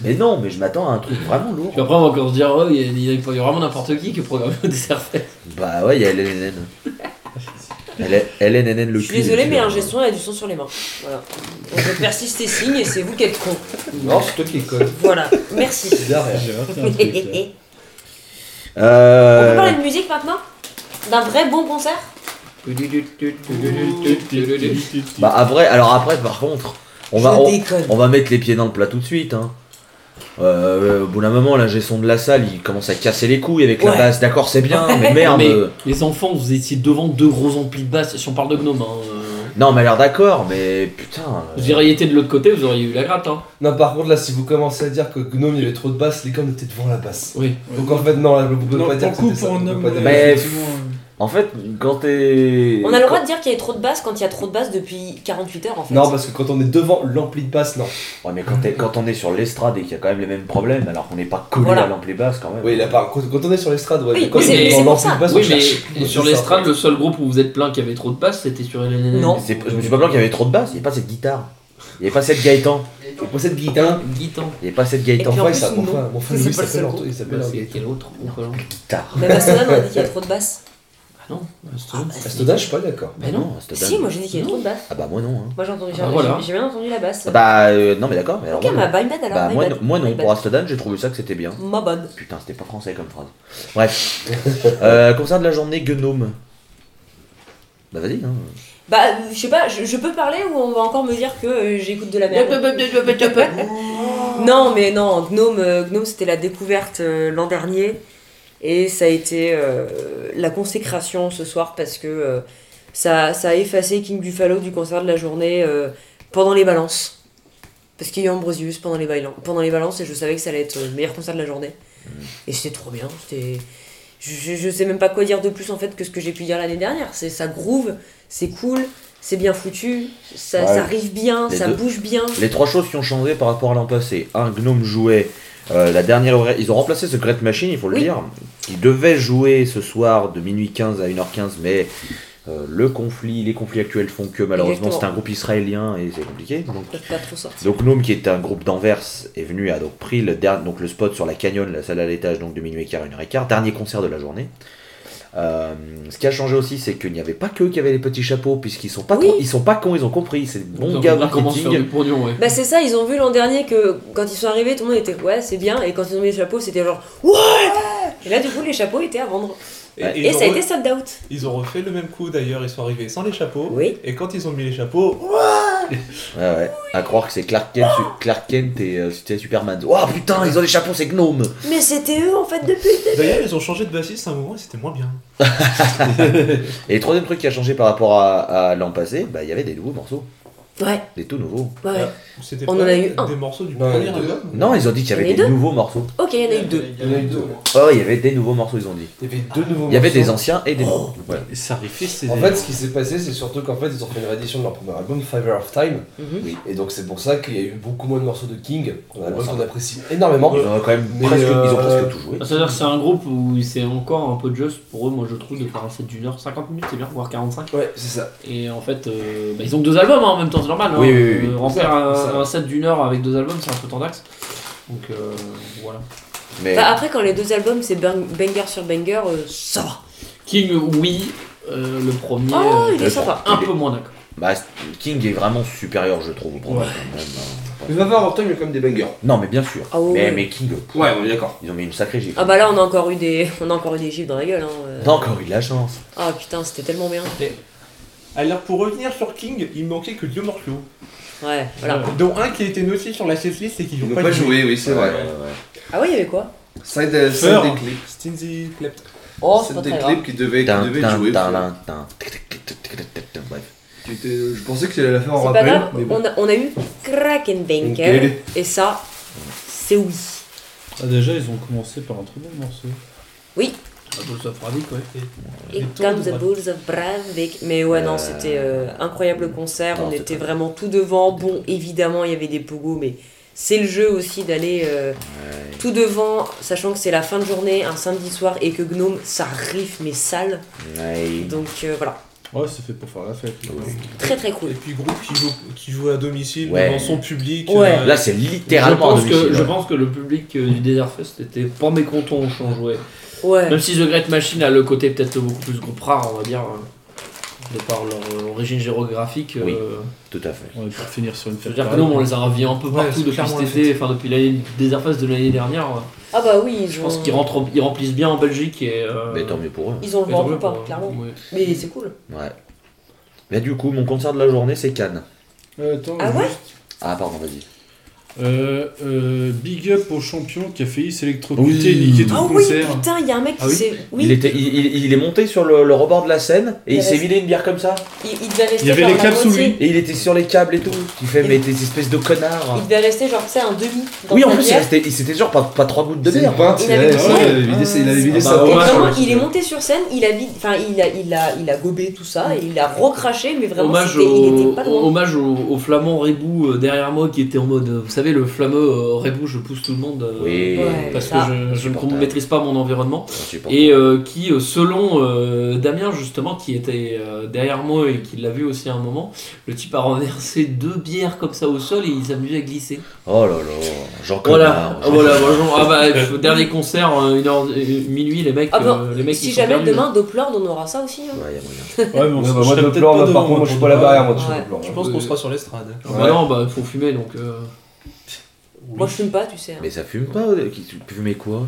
A: Mais non, mais je m'attends à un truc vraiment lourd.
F: Puis après, on va encore se dire, oh, il y, a- il y a- il y a vraiment n'importe qui qui programme des serfets.
A: Bah ouais, il y a LNN. Elle est- LNN le
C: Je suis désolé, mais un gestion, il a du son sur les mains. Voilà. On peut persister signe et c'est vous qui êtes con.
D: Non, c'est toi qui es con.
C: Voilà. Merci.
D: C'est derrière.
G: J'ai hein, raté un truc, là.
C: On
A: Euh,
C: peut parler de musique maintenant D'un vrai bon concert
A: Bah après, alors après, par contre, on va,
C: Je
A: on,
C: déconne.
A: on va mettre les pieds dans le plat tout de suite. Hein. Euh, au bout d'un moment, la gestion de la salle, il commence à casser les couilles avec la
C: Ouais.
A: basse. D'accord, c'est bien, mais
F: Non,
A: merde.
F: mais
A: euh,
F: les enfants, vous étiez devant deux gros amplis de basse, si on parle de gnome. Hein, euh,
A: Non, mais alors d'accord, mais putain. euh,
F: vous auriez été de l'autre côté, vous auriez eu la gratte. Hein.
D: Non, par contre, là, si vous commencez à dire que Gnome il y avait trop de basses, les gars, on était devant la basse.
F: Oui.
D: Donc en fait, non, là, vous pouvez
G: Non,
D: pas dire
G: pour
D: que
G: le coup,
D: c'était ça.
G: pour
D: vous
G: un
D: pouvez
G: homme.
D: pas dire-
A: Mais-
G: effectivement,
A: Bah, En fait, quand t'es.
C: On a le droit de dire qu'il y a trop de basses quand il y a trop de basses depuis 48 heures en fait.
D: Non, parce que quand on est devant l'ampli de basse, non.
A: Ouais, mais quand, t'es- quand on est sur l'estrade et qu'il y a quand même les mêmes problèmes, alors qu'on n'est pas collé
C: Voilà.
A: à l'ampli basse quand même.
D: Oui, la part. Quand quand on est sur l'estrade, ouais.
C: Oui,
D: mais quand
C: mais
D: on
F: c'est-
D: est
F: c'est
D: devant l'ampli
C: pour ça.
A: Ah,
D: de basse, on
F: oui,
D: cherche.
F: mais
D: Donc,
F: sur
D: c'est ça.
F: l'estrade, le seul groupe où vous êtes plein qu'il y avait trop de basse, c'était sur LNN.
C: Non.
A: C'est- Je me suis pas plaint qu'il y avait trop de basses, il n'y avait pas cette guitare. Il n'y avait pas cette Gaëtan.
D: Et pour cette guitare.
F: Guitan.
A: Il n'y avait Ah, pas cette
C: Et puis
A: Gaëtan.
C: en
D: Enfin, il
C: plus,
D: s'appelle-
C: non.
D: enfin, mon frère,
C: C'est
D: lui, il
C: pas le
D: s'appelle
C: seul
D: Anto- il s'appelle Anto-
F: Quel autre groupe, alors
A: Guitare.
C: Même à Sonan, on a dit qu'il y a trop de basses.
F: Ah Non,
C: Ah, bah, c'est-
D: Astoda, je suis pas d'accord.
C: Bah non.
A: à cette dame.
C: Si, moi j'ai dit qu'il y avait trop de basses.
A: Ah bah moi non. hein.
C: Moi j'ai entendu, j'ai
F: Ah, voilà.
C: j'ai bien entendu la basse.
A: Ah Bah euh, non mais d'accord. Mais alors,
C: ok,
A: moi,
C: bah,
A: non.
C: my bad alors.
A: Bah,
C: my
A: moi,
C: bad.
A: non- moi
C: My
A: non,
C: bad.
A: pour Astodan, j'ai trouvé ça que c'était bien.
C: Ma bonne.
A: Putain, c'était pas français comme phrase. Bref. euh, concert de la journée, Gnome. Bah vas-y. Hein.
C: Bah, euh, je sais pas, je, je peux parler ou on va encore me dire que euh, j'écoute de la merde bah, Non, mais non, Gnome, euh, Gnome c'était la découverte euh, l'an dernier. Et ça a été euh, la consécration ce soir parce que euh, ça, ça a effacé King Buffalo du concert de la journée euh, pendant les balances. Parce qu'il y a eu Ambrosius pendant les, bailan- pendant les balances et je savais que ça allait être le meilleur concert de la journée.
A: Mm.
C: Et c'était trop bien. C'était... Je, je- je sais même pas quoi dire de plus en fait que ce que j'ai pu dire l'année dernière. C'est, ça groove, c'est cool, c'est bien foutu, ça,
A: Ouais.
C: ça arrive bien,
A: Les
C: ça
A: deux-
C: bouge bien.
A: Les trois choses qui ont changé par rapport à l'an passé. Un, Gnome jouait euh, la dernière vraie- Ils ont remplacé ce Great Machine, il faut le
C: Oui.
A: dire. Qui devait jouer ce soir de minuit 15 à 1h15, mais euh, le conflit, les conflits actuels font que malheureusement
C: Exactement.
A: c'est un groupe israélien et c'est compliqué. Donc,
C: Ils peuvent pas trop sortir.
A: donc Gnome, qui est un groupe d'Anvers, est venu à donc pris le dernier, donc le spot sur la canyon, la salle à l'étage, donc de minuit et quart à une heure et quart, dernier concert de la journée. Euh, ce qui a changé aussi, c'est qu'il n'y avait pas que eux qui avaient les petits chapeaux, puisqu'ils sont pas
C: Oui.
A: cons- ils sont pas cons, ils ont compris. C'est bon gars marketing.
C: Bah c'est ça, ils ont vu l'an dernier que quand ils sont arrivés, tout le monde était ouais c'est bien, et quand ils ont mis les chapeaux, c'était genre ouais. Et là du coup les chapeaux étaient à vendre.
A: Ouais.
C: Et,
E: ils
C: ça a
E: ont
C: été
E: re-
C: sold out.
E: Ils ont refait le même coup d'ailleurs, ils sont arrivés sans les chapeaux.
C: Oui.
E: Et quand ils ont mis les chapeaux,
A: Ouais, ouais. À croire que c'est Clark Kent, su- Clark Kent et euh, c'était Superman. Oh putain, ils ont des chapeaux, c'est Gnome
C: Mais c'était eux en fait depuis.
E: d'ailleurs ils ont changé de bassiste à un moment et c'était moins bien.
A: Et le troisième truc qui a changé par rapport à, à l'an passé, bah il y avait des nouveaux morceaux.
C: Ouais,
A: Des tout nouveaux.
C: ouais. ouais.
E: C'était
C: On
E: pas
C: en a eu un.
E: des morceaux du
D: Non,
E: premier
D: il y en a
E: album.
A: Non, ils ont dit qu'il y
C: Il
A: avait
C: y en a
A: des
C: deux.
A: nouveaux morceaux.
C: Ok, il y en a eu deux.
H: Il y en a eu deux.
A: Oh, il y avait des nouveaux morceaux, ils ont dit.
D: Il y avait deux nouveaux
A: Il y avait
D: morceaux.
A: des anciens et des nouveaux.
D: Oh,
A: Voilà.
G: Et ça riffait, c'est.
D: En fait, ce qui s'est passé, c'est surtout qu'en fait, ils ont fait une réédition de leur premier album, Fiver of Time.
C: Mhm.
A: Oui.
D: Et donc, c'est pour ça qu'il y a eu beaucoup moins de morceaux de King, un album
A: ça
D: qu'on
A: va.
D: apprécie énormément.
A: Ils ont quand même
D: Mais,
A: presque, ils ont
D: euh,
A: presque tout joué.
F: Ah, C'est-à-dire que c'est un groupe où c'est encore un peu juste pour eux, moi je trouve, de faire un set d'une heure, 50 minutes c'est bien, voire 45.
D: Ouais, c'est ça.
F: Et en fait, euh, bah, ils ont que deux albums hein, en même temps, c'est normal. hein.
A: Oui, oui, oui, oui.
F: Euh, remplir
D: Ça,
F: un,
D: ça.
F: un set d'une heure avec deux albums, c'est un peu tendax. Donc euh, voilà.
A: Mais
C: Bah, après quand les deux albums c'est bang- banger sur banger, euh, ça va.
F: King, oui, euh, le premier,
C: Oh
F: euh,
C: il
A: le
C: est sympa.
F: un peu moins d'accord.
A: bah, King est vraiment supérieur, je trouve, au premier.
F: Ouais.
A: quand même, hein.
D: Mais Fiver of Time, il y a quand même des bangers.
A: Non, mais bien sûr.
C: Ah ouais,
A: mais,
C: ouais.
A: mais King, pff,
D: Ouais, on est d'accord.
A: ils ont mis une sacrée gifle.
C: Ah bah là on a encore eu des on a encore eu des chiffres dans la gueule. Hein. euh.
A: T'as encore eu de la chance.
C: Ah putain c'était tellement bien.
E: Alors pour revenir sur King, il manquait que deux morceaux.
C: Ouais voilà.
E: Dont un qui a été noté sur la setlist et qu'ils
D: Ah. Ils
E: n'ont
D: n'ont pas joué, oui, c'est vrai.
A: Ouais, ouais.
C: Ah ouais il y avait quoi
D: Side, euh, side
E: Fur.
D: des clips.
E: Stinzy Clapton.
C: Oh c'est
D: Side
C: pas
D: des
C: très grave.
D: clips qui devaient, qui
A: Tin,
D: devaient
A: tin,
D: jouer.
A: tin, tin, tin, tic, tic, tic, tic, tic, tic, tic, bref.
D: Tu étais- Je pensais que tu allais la faire en
C: C'est pas
D: rappel.
C: grave,
D: mais bon.
C: on, a, on a eu Krakenbanker
D: Nickel.
C: et ça c'est oui.
G: Ah, déjà, ils ont commencé par un très bon morceau.
F: Un peu ça fera vite, ouais.
C: Et
E: Les
C: comme
E: tours
C: the
E: de
C: Bulls of Breivik. Mais ouais,
A: Euh,
C: non, c'était euh, incroyable concert.
A: non,
C: on
A: c'est
C: était
A: pas-
C: vraiment tout devant. Bon, évidemment, il y avait des pogos, mais c'est le jeu aussi d'aller euh, tout devant, sachant que c'est la fin de journée, un samedi soir, et que Gnome, ça riff, mais sale.
A: Ouais.
C: Donc euh, voilà,
G: Ouais, c'est fait pour faire la fête.
A: Oui.
C: très très
E: Et
C: cool.
E: puis groupe qui joue, qui joue à domicile
A: Ouais.
E: devant son public. euh,
C: Ouais.
A: Là, c'est littéralement
F: je pense,
A: à domicile,
F: que, je
A: ouais.
F: pense que le public euh, du Desert Fest était pas mécontent au chant joué.
C: Ouais.
F: Même si The Great Machine a le côté peut-être beaucoup plus groupe rare, on va dire, euh, de par leur euh, origine géographique.
A: Oui.
F: euh,
A: Tout à fait.
G: On est pour finir sur une
F: je veux
G: fête.
F: dire que
G: pareille.
F: nous, on les a enviés un peu
E: Ouais,
F: partout
E: c'est
F: depuis
E: clairement
F: cet
E: la
F: été, enfin depuis l'année Desert Fest de l'année dernière. euh,
C: Ah bah oui, ils
F: Je
C: ont,
F: pense qu'ils rentrent, ils remplissent bien en Belgique et. euh,
A: Mais tant mieux pour eux.
C: ils ont
F: et
C: le
F: tant
C: vent en
F: mieux
C: poupe, hein,
F: pour eux.
C: clairement.
F: Ouais.
C: Mais c'est cool.
A: Ouais. Mais du coup, mon concert de la journée, c'est Cannes.
G: Euh, attends,
D: Mmh.
C: Ah ouais
G: juste,
A: Ah, pardon, vas-y.
G: euh, euh, Big up au champion qui a failli s'électrocuter et
A: Oui.
G: niquer tout
C: Ah
G: le
C: oui,
G: concert.
C: putain, il y a un mec qui
G: Ah oui
C: s'est. Oui,
A: Il, était, il, il- il est monté sur le, le rebord de la Seine et
C: Il
A: il s'est
C: reste-
A: vidé une bière comme ça.
C: il, il devait rester.
G: Il y avait
C: genre
G: les
C: la
G: câbles sous
C: moitié.
G: lui.
A: Et il était sur les câbles et tout. Tu fais, mais t'es espèce de connard.
C: Il devait rester, genre, tu sais, un demi. dans
A: Oui, en
C: sa
A: plus, il,
C: bière.
A: restait, il s'était genre pas, pas trois gouttes de
D: C'est
A: bière. hein.
D: une pinte,
C: Il
D: c'est
C: avait
D: ouais,
C: des
D: ouais,
C: poils.
D: il avait vidé, c'est- il avait vidé
F: Ah
D: sa
F: bah,
C: Et
F: Hommage,
C: vraiment,
F: ouais,
C: il est
F: c'était-
C: monté sur scène, il a vide, enfin il a, il a, il a gobé tout ça, et il a recraché, mais vraiment
F: Hommage,
C: c'était- il
F: au,
C: était pas loin.
F: hommage au, au flamand Rebou euh, derrière moi qui était en mode euh, vous savez, le flammeux euh, Rebou, je pousse tout le monde euh,
A: Oui.
C: Ouais,
F: parce que
C: ça.
F: je- je ne
A: Insupportable.
F: maîtrise pas mon environnement.
A: Insupportable.
F: Et euh, qui, euh, selon euh, Damien, justement, qui était euh, derrière moi et qui l'a vu aussi à un moment, le type a renversé deux bières comme ça au sol et il s'amusait à glisser.
A: Oh là là, j'en
F: Voilà,
A: connais.
F: voilà, voilà, genre, ah bah, pff, dernier concert, euh, une heure, euh, minuit, les mecs,
C: Ah bah,
F: euh, les mecs ils
C: Si
F: sont
C: jamais
F: perdus.
C: demain Doplord, on aura ça aussi. hein.
A: Ouais, y a moyen.
G: Ouais, mais on
D: Ouais,
G: se-
D: bah,
G: je
D: moi, de
G: serais peut-être
D: plan,
G: pas
D: là,
G: hein.
D: par
G: devant,
D: contre, moi, je suis pas
G: pour
D: la
G: de-
D: barrière, moi, dessus,
C: Ouais.
D: de plan.
E: Je pense qu'on sera sur l'estrade.
F: Ah bah
G: Ouais.
F: non, bah faut fumer donc. euh.
C: Moi je fume pas, tu sais. hein.
A: Mais ça fume pas euh, qui- Tu fumais quoi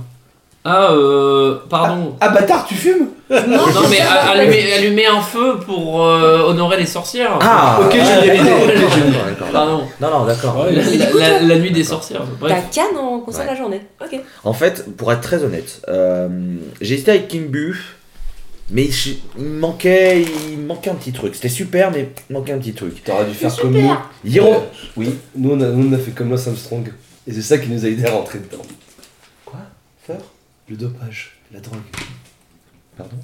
F: Ah, euh, pardon.
D: Ah, bâtard, tu fumes
E: Ah.
C: Non,
F: non, mais a- allumer, allumer un feu pour euh, honorer les sorcières.
A: Ah
D: Ok, j'ai
A: ouais,
D: une idée.
A: d'accord, d'accord, d'accord, d'accord.
F: Pardon,
A: Non, non, d'accord.
G: Ouais,
F: la,
G: il-
F: la- la-
C: hein.
F: la nuit des sorcières.
C: T'as
F: Bref,
C: Cannes en concert
A: Ouais.
C: la journée. Ok.
A: En fait, pour être très honnête, euh, j'hésitais avec King Buff, mais je- il me manquait, il me manquait un petit truc. C'était super, mais il manquait un petit truc.
D: T'aurais dû faire comme nous.
A: Hiro,
D: Oui, nous on, a, nous, on a fait comme Lance Armstrong. Et c'est ça qui nous a aidé à rentrer dedans. Quoi Faire Le dopage, la drogue.
A: pardon.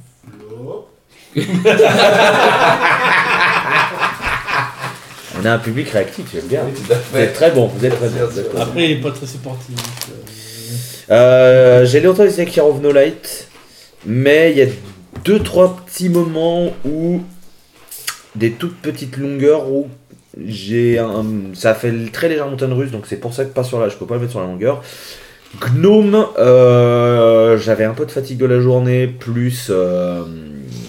A: On a un public réactif, j'aime bien. Vous êtes très bon, vous êtes très bon. vous êtes très bon.
G: Après, il est pas très supportif.
A: Euh, J'ai longtemps essayé avec Hero of No Light, mais il y a deux trois petits moments où des toutes petites longueurs où j'ai un, ça fait le très légère montagne russe, donc c'est pour ça que pas sur la, je peux pas le mettre sur la longueur. Gnome, euh, j'avais un peu de fatigue de la journée, plus euh,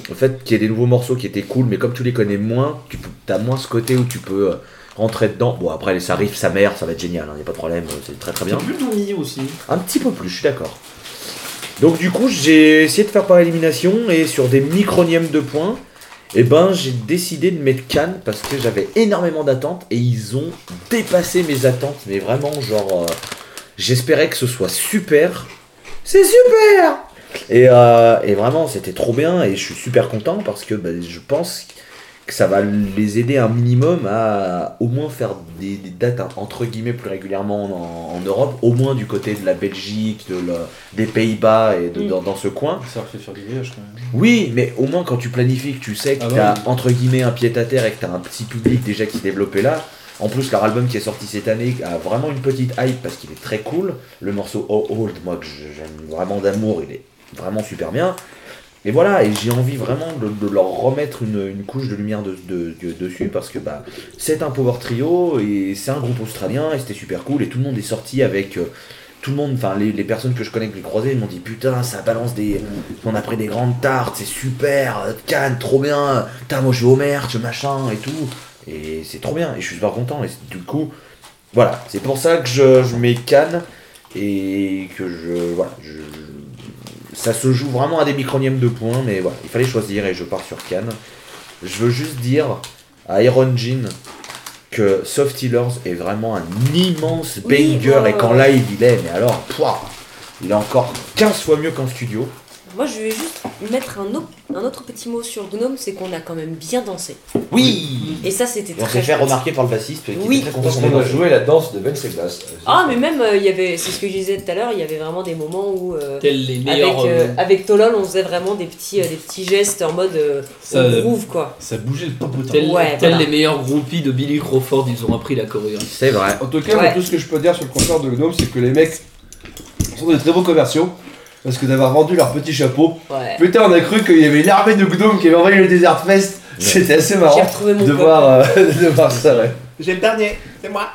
A: le fait qu'il y ait des nouveaux morceaux qui étaient cool, mais comme tu les connais moins, tu as moins ce côté où tu peux euh, rentrer dedans. Bon après ça arrive, sa mère, ça va être génial, il n'y a pas de problème, euh, c'est très très bien.
F: t'as plus dormi aussi.
A: Un petit peu plus, je suis d'accord. Donc du coup, j'ai essayé de faire par élimination et sur des micronièmes de points, eh ben j'ai décidé de mettre Cannes parce que j'avais énormément d'attentes et ils ont dépassé mes attentes. Mais vraiment, genre, euh, j'espérais que ce soit super. C'est super et, euh, et vraiment, c'était trop bien et je suis super content parce que bah, je pense que ça va les aider un minimum à au moins faire des, des dates hein, entre guillemets plus régulièrement en, en Europe, au moins du côté de la Belgique, de la- des Pays-Bbas et de-
C: Mm.
A: dans, dans ce coin.
G: Ça leur fait faire du voyage quand même.
A: Oui, mais au moins quand tu planifies, que tu sais que
G: Ah bah
A: t'as
G: oui.
A: entre guillemets un pied à terre et que t'as un petit public déjà qui s'est développé là. En plus, leur album qui est sorti cette année a vraiment une petite hype parce qu'il est très cool. Le morceau Oh Old, moi que je- j'aime vraiment d'amour, il est vraiment super bien. Et voilà, et j'ai envie vraiment de, de leur remettre une, une couche de lumière de- de- de- dessus parce que bah, c'est un power trio et c'est un groupe australien et c'était super cool et tout le monde est sorti avec euh, tout le monde, enfin les, les personnes que je connais que j'ai croisées ils m'ont dit putain ça balance des, on a pris des grandes tartes, c'est super, euh, Cannes trop bien, putain moi je suis au merch machin et tout et c'est trop bien et je suis super content et c'est- du coup voilà c'est pour ça que je, je mets Cannes et que je voilà je, je- ça se joue vraiment à des micronièmes de points mais voilà il fallait choisir et je pars sur Cannes je veux juste dire à Iron Jean que Soft Healers est vraiment un immense
C: Oui,
A: banger
C: ouais,
A: et qu'en
C: ouais.
A: live il est, mais alors, pouah, il est encore 15 fois mieux qu'en studio.
C: Moi je vais juste mettre un, au- un autre petit mot sur Gnome, c'est qu'on a quand même bien dansé.
A: Oui
C: Et ça c'était
A: Et on
C: très
A: s'est fait
C: chouette.
A: remarquer par le bassiste qui
C: Oui.
A: était très content
D: Parce
A: qu'on ait
D: qu'on a
A: dansé.
D: joué la danse de Ben Seglas.
C: Ah mais même euh, il y avait, c'est ce que je disais tout à l'heure, il y avait vraiment des moments où euh,
F: Tels les
C: avec,
F: meilleurs.
C: euh,
F: euh,
C: avec Tolol on faisait vraiment des petits, euh, des petits gestes en mode euh,
D: Ça,
C: on
D: euh,
C: groove quoi.
G: Ça bougeait le popotin.
F: tels-
C: Ouais,
F: tels
C: voilà.
F: les meilleurs groupies de Billy Crawford, ils ont appris la chorégraphie.
A: C'est vrai.
D: En tout cas,
C: Ouais.
D: tout ce que je peux dire sur le concert de Gnome, c'est que les mecs sont des très beaux commerciaux. Parce que d'avoir vendu leur petit chapeau,
C: Ouais.
D: putain, on a cru qu'il y avait une armée de gnomes qui avait envahi le Desert Fest. C'était assez marrant
C: J'ai retrouvé mon
D: de
C: pote.
D: voir, euh, de voir ça, ouais.
B: J'ai le dernier, c'est moi.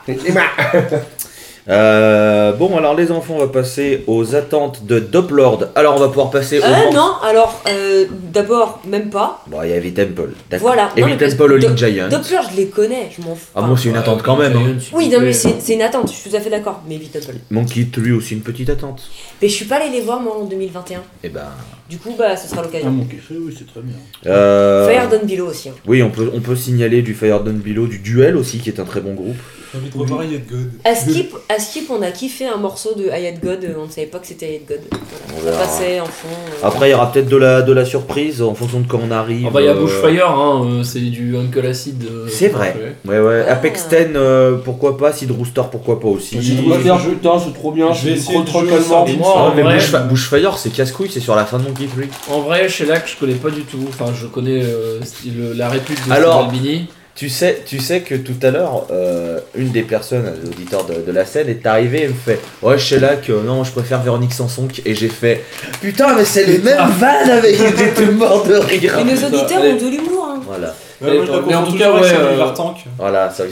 A: Euh, bon, alors les enfants, on va passer aux attentes de Doplord. Alors on va pouvoir passer au.
C: Ah non, alors euh, d'abord même pas.
A: Bon, il y a Heavy Temple. d'accord.
C: Voilà. Non,
A: Heavy
C: mais parce-
A: Temple, All
C: Do-
A: Giant.
C: Doppler je les connais, je m'en fous.
A: Ah, moi, c'est une
F: Ouais,
A: attente quand même. hein.
F: Giant, s'il vous
C: oui, non,
F: plaît.
C: mais c'est c'est une attente, je suis tout à fait d'accord, mais vite Doppler.
A: Monkey, lui aussi, une petite attente.
C: Mais je suis pas allée les voir moi en 2021.
A: Et ben.
C: Du coup, bah, ce sera
G: Ah,
C: l'occasion.
G: mon café, oui, c'est très bien.
A: euh,
C: Fire Don Bilo aussi. hein.
A: Oui, on peut, on peut signaler du Fire Down Below, du Duel aussi, qui est un très bon groupe.
E: J'ai envie de revoir Yet God.
C: À Skip, à Skip, on a kiffé un morceau de Hayat God, euh, on ne savait pas que c'était Hayat God. Voilà.
A: On
C: Ça
A: verra.
C: passait en fond. euh.
A: Après, il y aura peut-être de la, de la surprise en fonction de quand on arrive.
F: Ah bah, il y a
A: euh,
F: Bushfire, hein, euh, c'est du Uncle Acid. euh,
A: C'est vrai.
F: ouais.
A: Ouais, ouais.
C: Ah.
A: Apex 10, euh, pourquoi pas. Sid Rooster, pourquoi pas aussi.
G: Sid
D: Moi, je jeu, putain, c'est trop bien,
E: Je vais
D: c'est
E: essayer
D: trop
E: de
D: trop
E: jouer
D: calmant.
E: au samedi.
F: Moi,
A: Ah,
F: en
A: mais
F: vrai,
A: Bushf- Bushfire, c'est casse-couille, c'est sur la fin de Monkey Tree.
F: En vrai, chez Lac, je connais pas du tout. Enfin, je connais euh, le- la répute de
A: Alors,
F: Steve Albini.
A: Tu sais, tu sais que tout à l'heure, euh, une des personnes, un des auditeurs de, de la scène, est arrivée et me fait Ouais, je sais là que euh, non, je préfère Véronique Sanson. Et j'ai fait Putain, mais c'est les mêmes vannes avec. J'étais mort de rire.
C: Mais nos auditeurs
F: allez.
C: ont de l'humour. hein.
A: Voilà,
F: Mais
E: moi, je la
F: en
E: confonds
F: tout
E: toujours
F: cas,
E: avec
F: ouais,
E: Samuel
F: euh,
E: Vartank.
A: voilà, ça va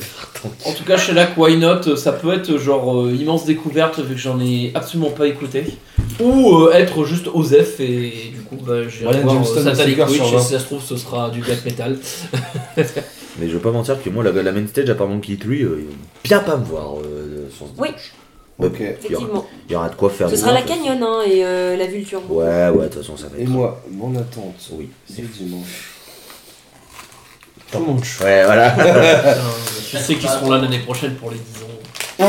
F: En tout cas, chez Lac, why not Ça peut être genre euh, immense découverte vu que j'en ai absolument pas écouté. Ou euh, être juste Osef et du coup, bah, j'ai
D: Brian
F: voir
D: Johnston,
F: euh, Satanic
D: Oscar
F: Witch
D: sur
F: et
D: vingt.
F: si ça se trouve, ce sera du black metal.
A: Mais je veux pas mentir que moi, la, la main stage, à part Monkey Tree, euh, ils vont bien pas me voir euh, sur ce
C: Oui.
A: dimanche. Mais
D: Ok.
A: bon, Il y, aura,
C: Effectivement.
A: il y aura de quoi faire.
C: Ce sera la
A: cagne
C: canyon hein, et euh, la vulture.
A: Ouais, ouais, de toute façon, ça va être.
D: Et moi, mon attente,
A: Oui.
D: c'est dimanche. Comment je
A: Ouais, voilà.
F: Putain, Euh, je sais qu'ils seront là l'année prochaine pour les 10 ans.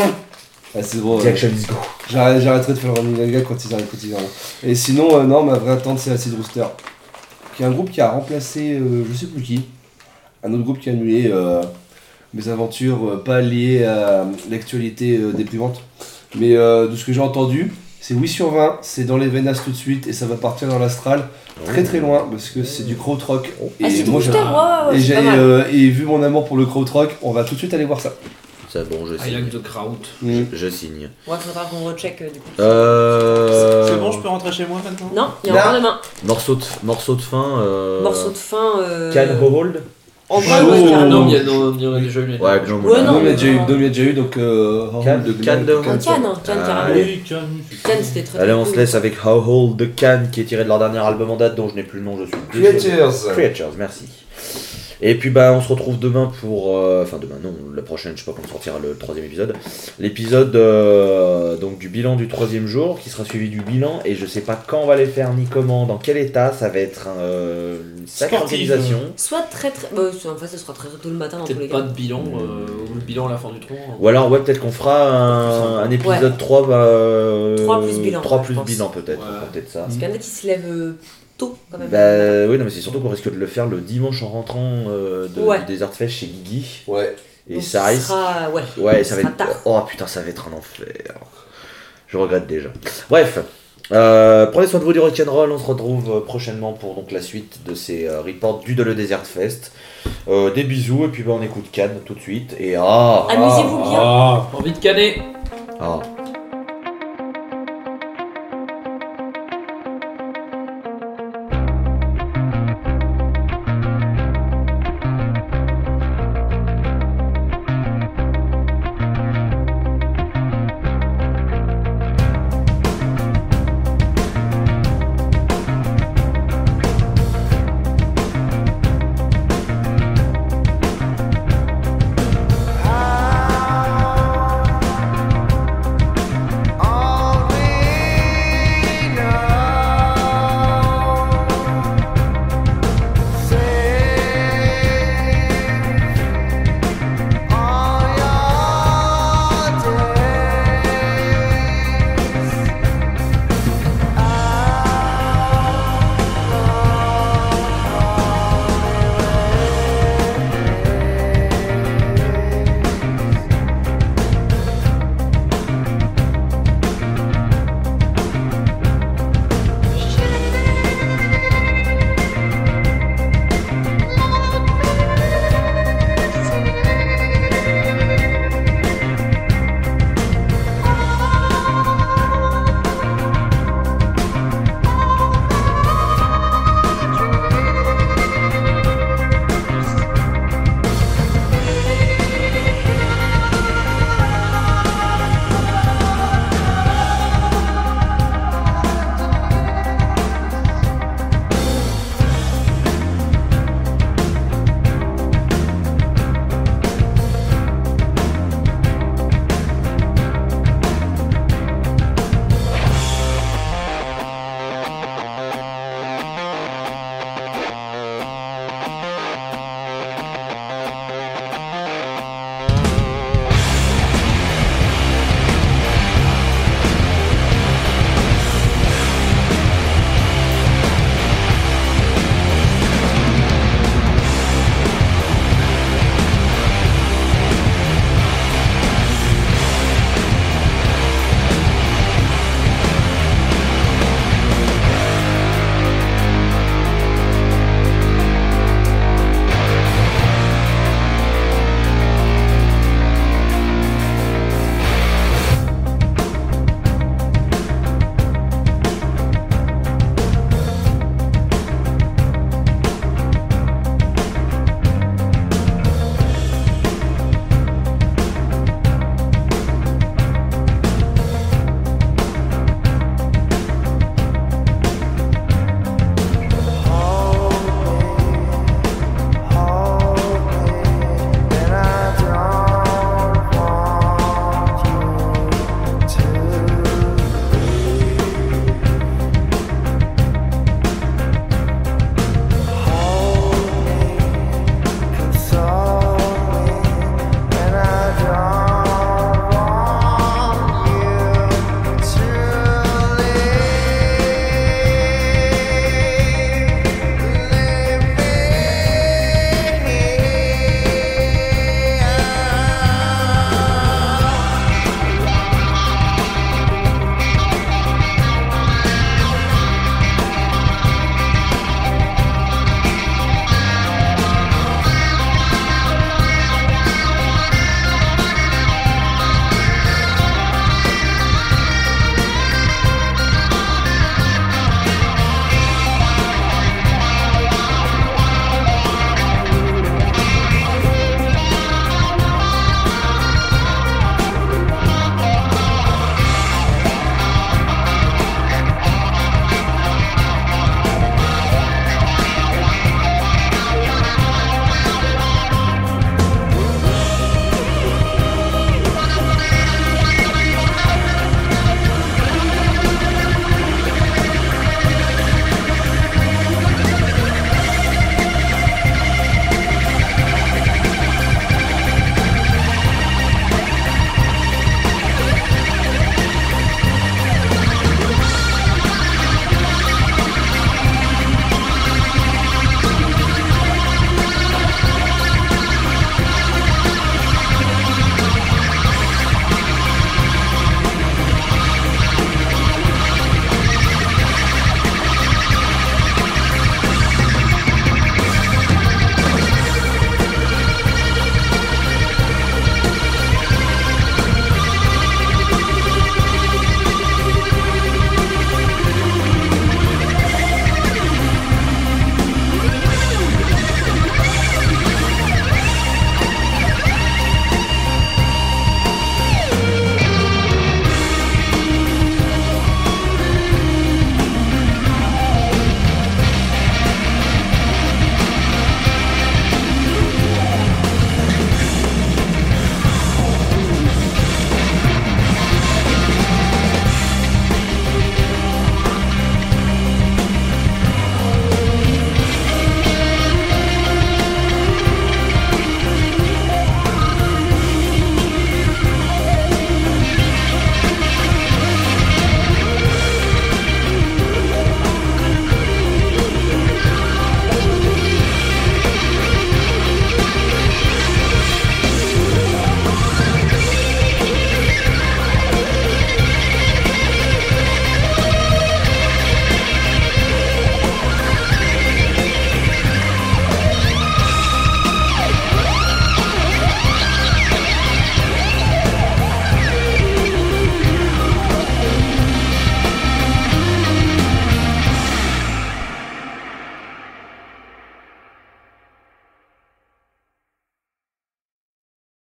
D: Ah, c'est bon. ouais.
A: Direction Disco.
D: J'arrête- J'arrêterai de faire le running Gaga quand ils arrivent quand ils arrivent. Et sinon, euh, non, ma vraie attente, c'est Acid Rooster. Qui est un groupe qui a remplacé euh, je sais plus qui. Un autre groupe qui a annulé euh, mes aventures euh, pas liées à l'actualité euh, déprimante. Mais euh, de ce que j'ai entendu, c'est 8 sur 20, c'est dans les Venas tout de suite et ça va partir dans l'astral très très loin parce que c'est du krautrock. Et
C: Ah, c'est
D: moi,
C: Rooster,
D: j'ai-
C: ouais, ouais,
D: et
C: ouais, c'est
D: j'ai
C: pas mal.
D: euh, et vu mon amour pour le krautrock, on va tout de suite aller voir ça.
A: C'est bon, je
F: I
A: signe.
F: like the crowd.
D: Mm.
A: Je signe.
C: Ouais, faudra qu'on recheck euh, du coup.
A: Euh...
E: C'est bon, je peux rentrer chez moi maintenant
C: Non, il y a
A: Là.
C: encore demain.
A: Morceau de, morceau de fin. Euh...
C: Morceau de fin. Euh...
A: Can Ho Hold
C: En vrai,
D: Chaud.
C: ouais,
F: Ah
C: carrément.
F: non, il y a- non, il y en a déjà eu.
A: Ouais, Glenn
C: Ouais,
A: Moulin.
D: Non, il y a
C: mais
D: déjà eu,
C: non.
D: non, il y a déjà eu donc. Euh,
A: Cannes- Cannes de-
C: Un
A: Cannes.
C: can, hein, can
A: Ah,
C: carrément.
A: allez.
C: Can, c'était très
A: Allez,
C: très
A: on se
C: cool.
A: laisse avec How Hold the Can qui est tiré de leur dernier album en date dont je n'ai plus le nom, je suis désolé. Creatures, merci. Et puis bah on se retrouve demain pour euh, enfin demain non la prochaine je sais pas quand sortira le troisième épisode l'épisode euh, donc du bilan du troisième jour qui sera suivi du bilan et je sais pas quand on va les faire ni comment dans quel état ça va être euh, une sacrée
E: Sportive.
A: organisation
C: Soit très très. Bah, c'est- en fait, ce sera très tôt le matin dans tous les
F: Peut-être
C: cas.
F: pas de bilan, euh, ou le bilan à la fin du tronc. hein.
A: ou alors ouais peut-être qu'on fera un, un épisode 3 bah, euh,
C: 3 plus bilan,
A: 3
C: je
A: plus
C: pense.
A: bilan peut-être
F: Ouais.
A: on fera peut-être ça
C: Parce qu'il y en a qui se lèvent euh, tôt quand même.
A: Bah oui, non, mais c'est surtout qu'on risque de le faire le dimanche en rentrant euh, de,
C: Ouais.
A: du Desert Fest chez Guigui.
D: Ouais.
A: Et
C: Donc,
A: ça
C: ce
A: risque.
C: sera- Ouais,
A: Ouais,
C: ce
A: ça va
C: sera
A: être.
C: tard.
A: Oh putain, ça va être un enfer. Je regrette déjà. Bref. euh, prenez soin de vous du rock'n'roll, on se retrouve euh, prochainement pour donc la suite de ces euh, reports du De le Desert Fest. Euh, des bisous et puis bah, on écoute Cannes tout de suite et ah
C: Amusez-vous bien.
E: Ah
F: Envie de canner
A: ah.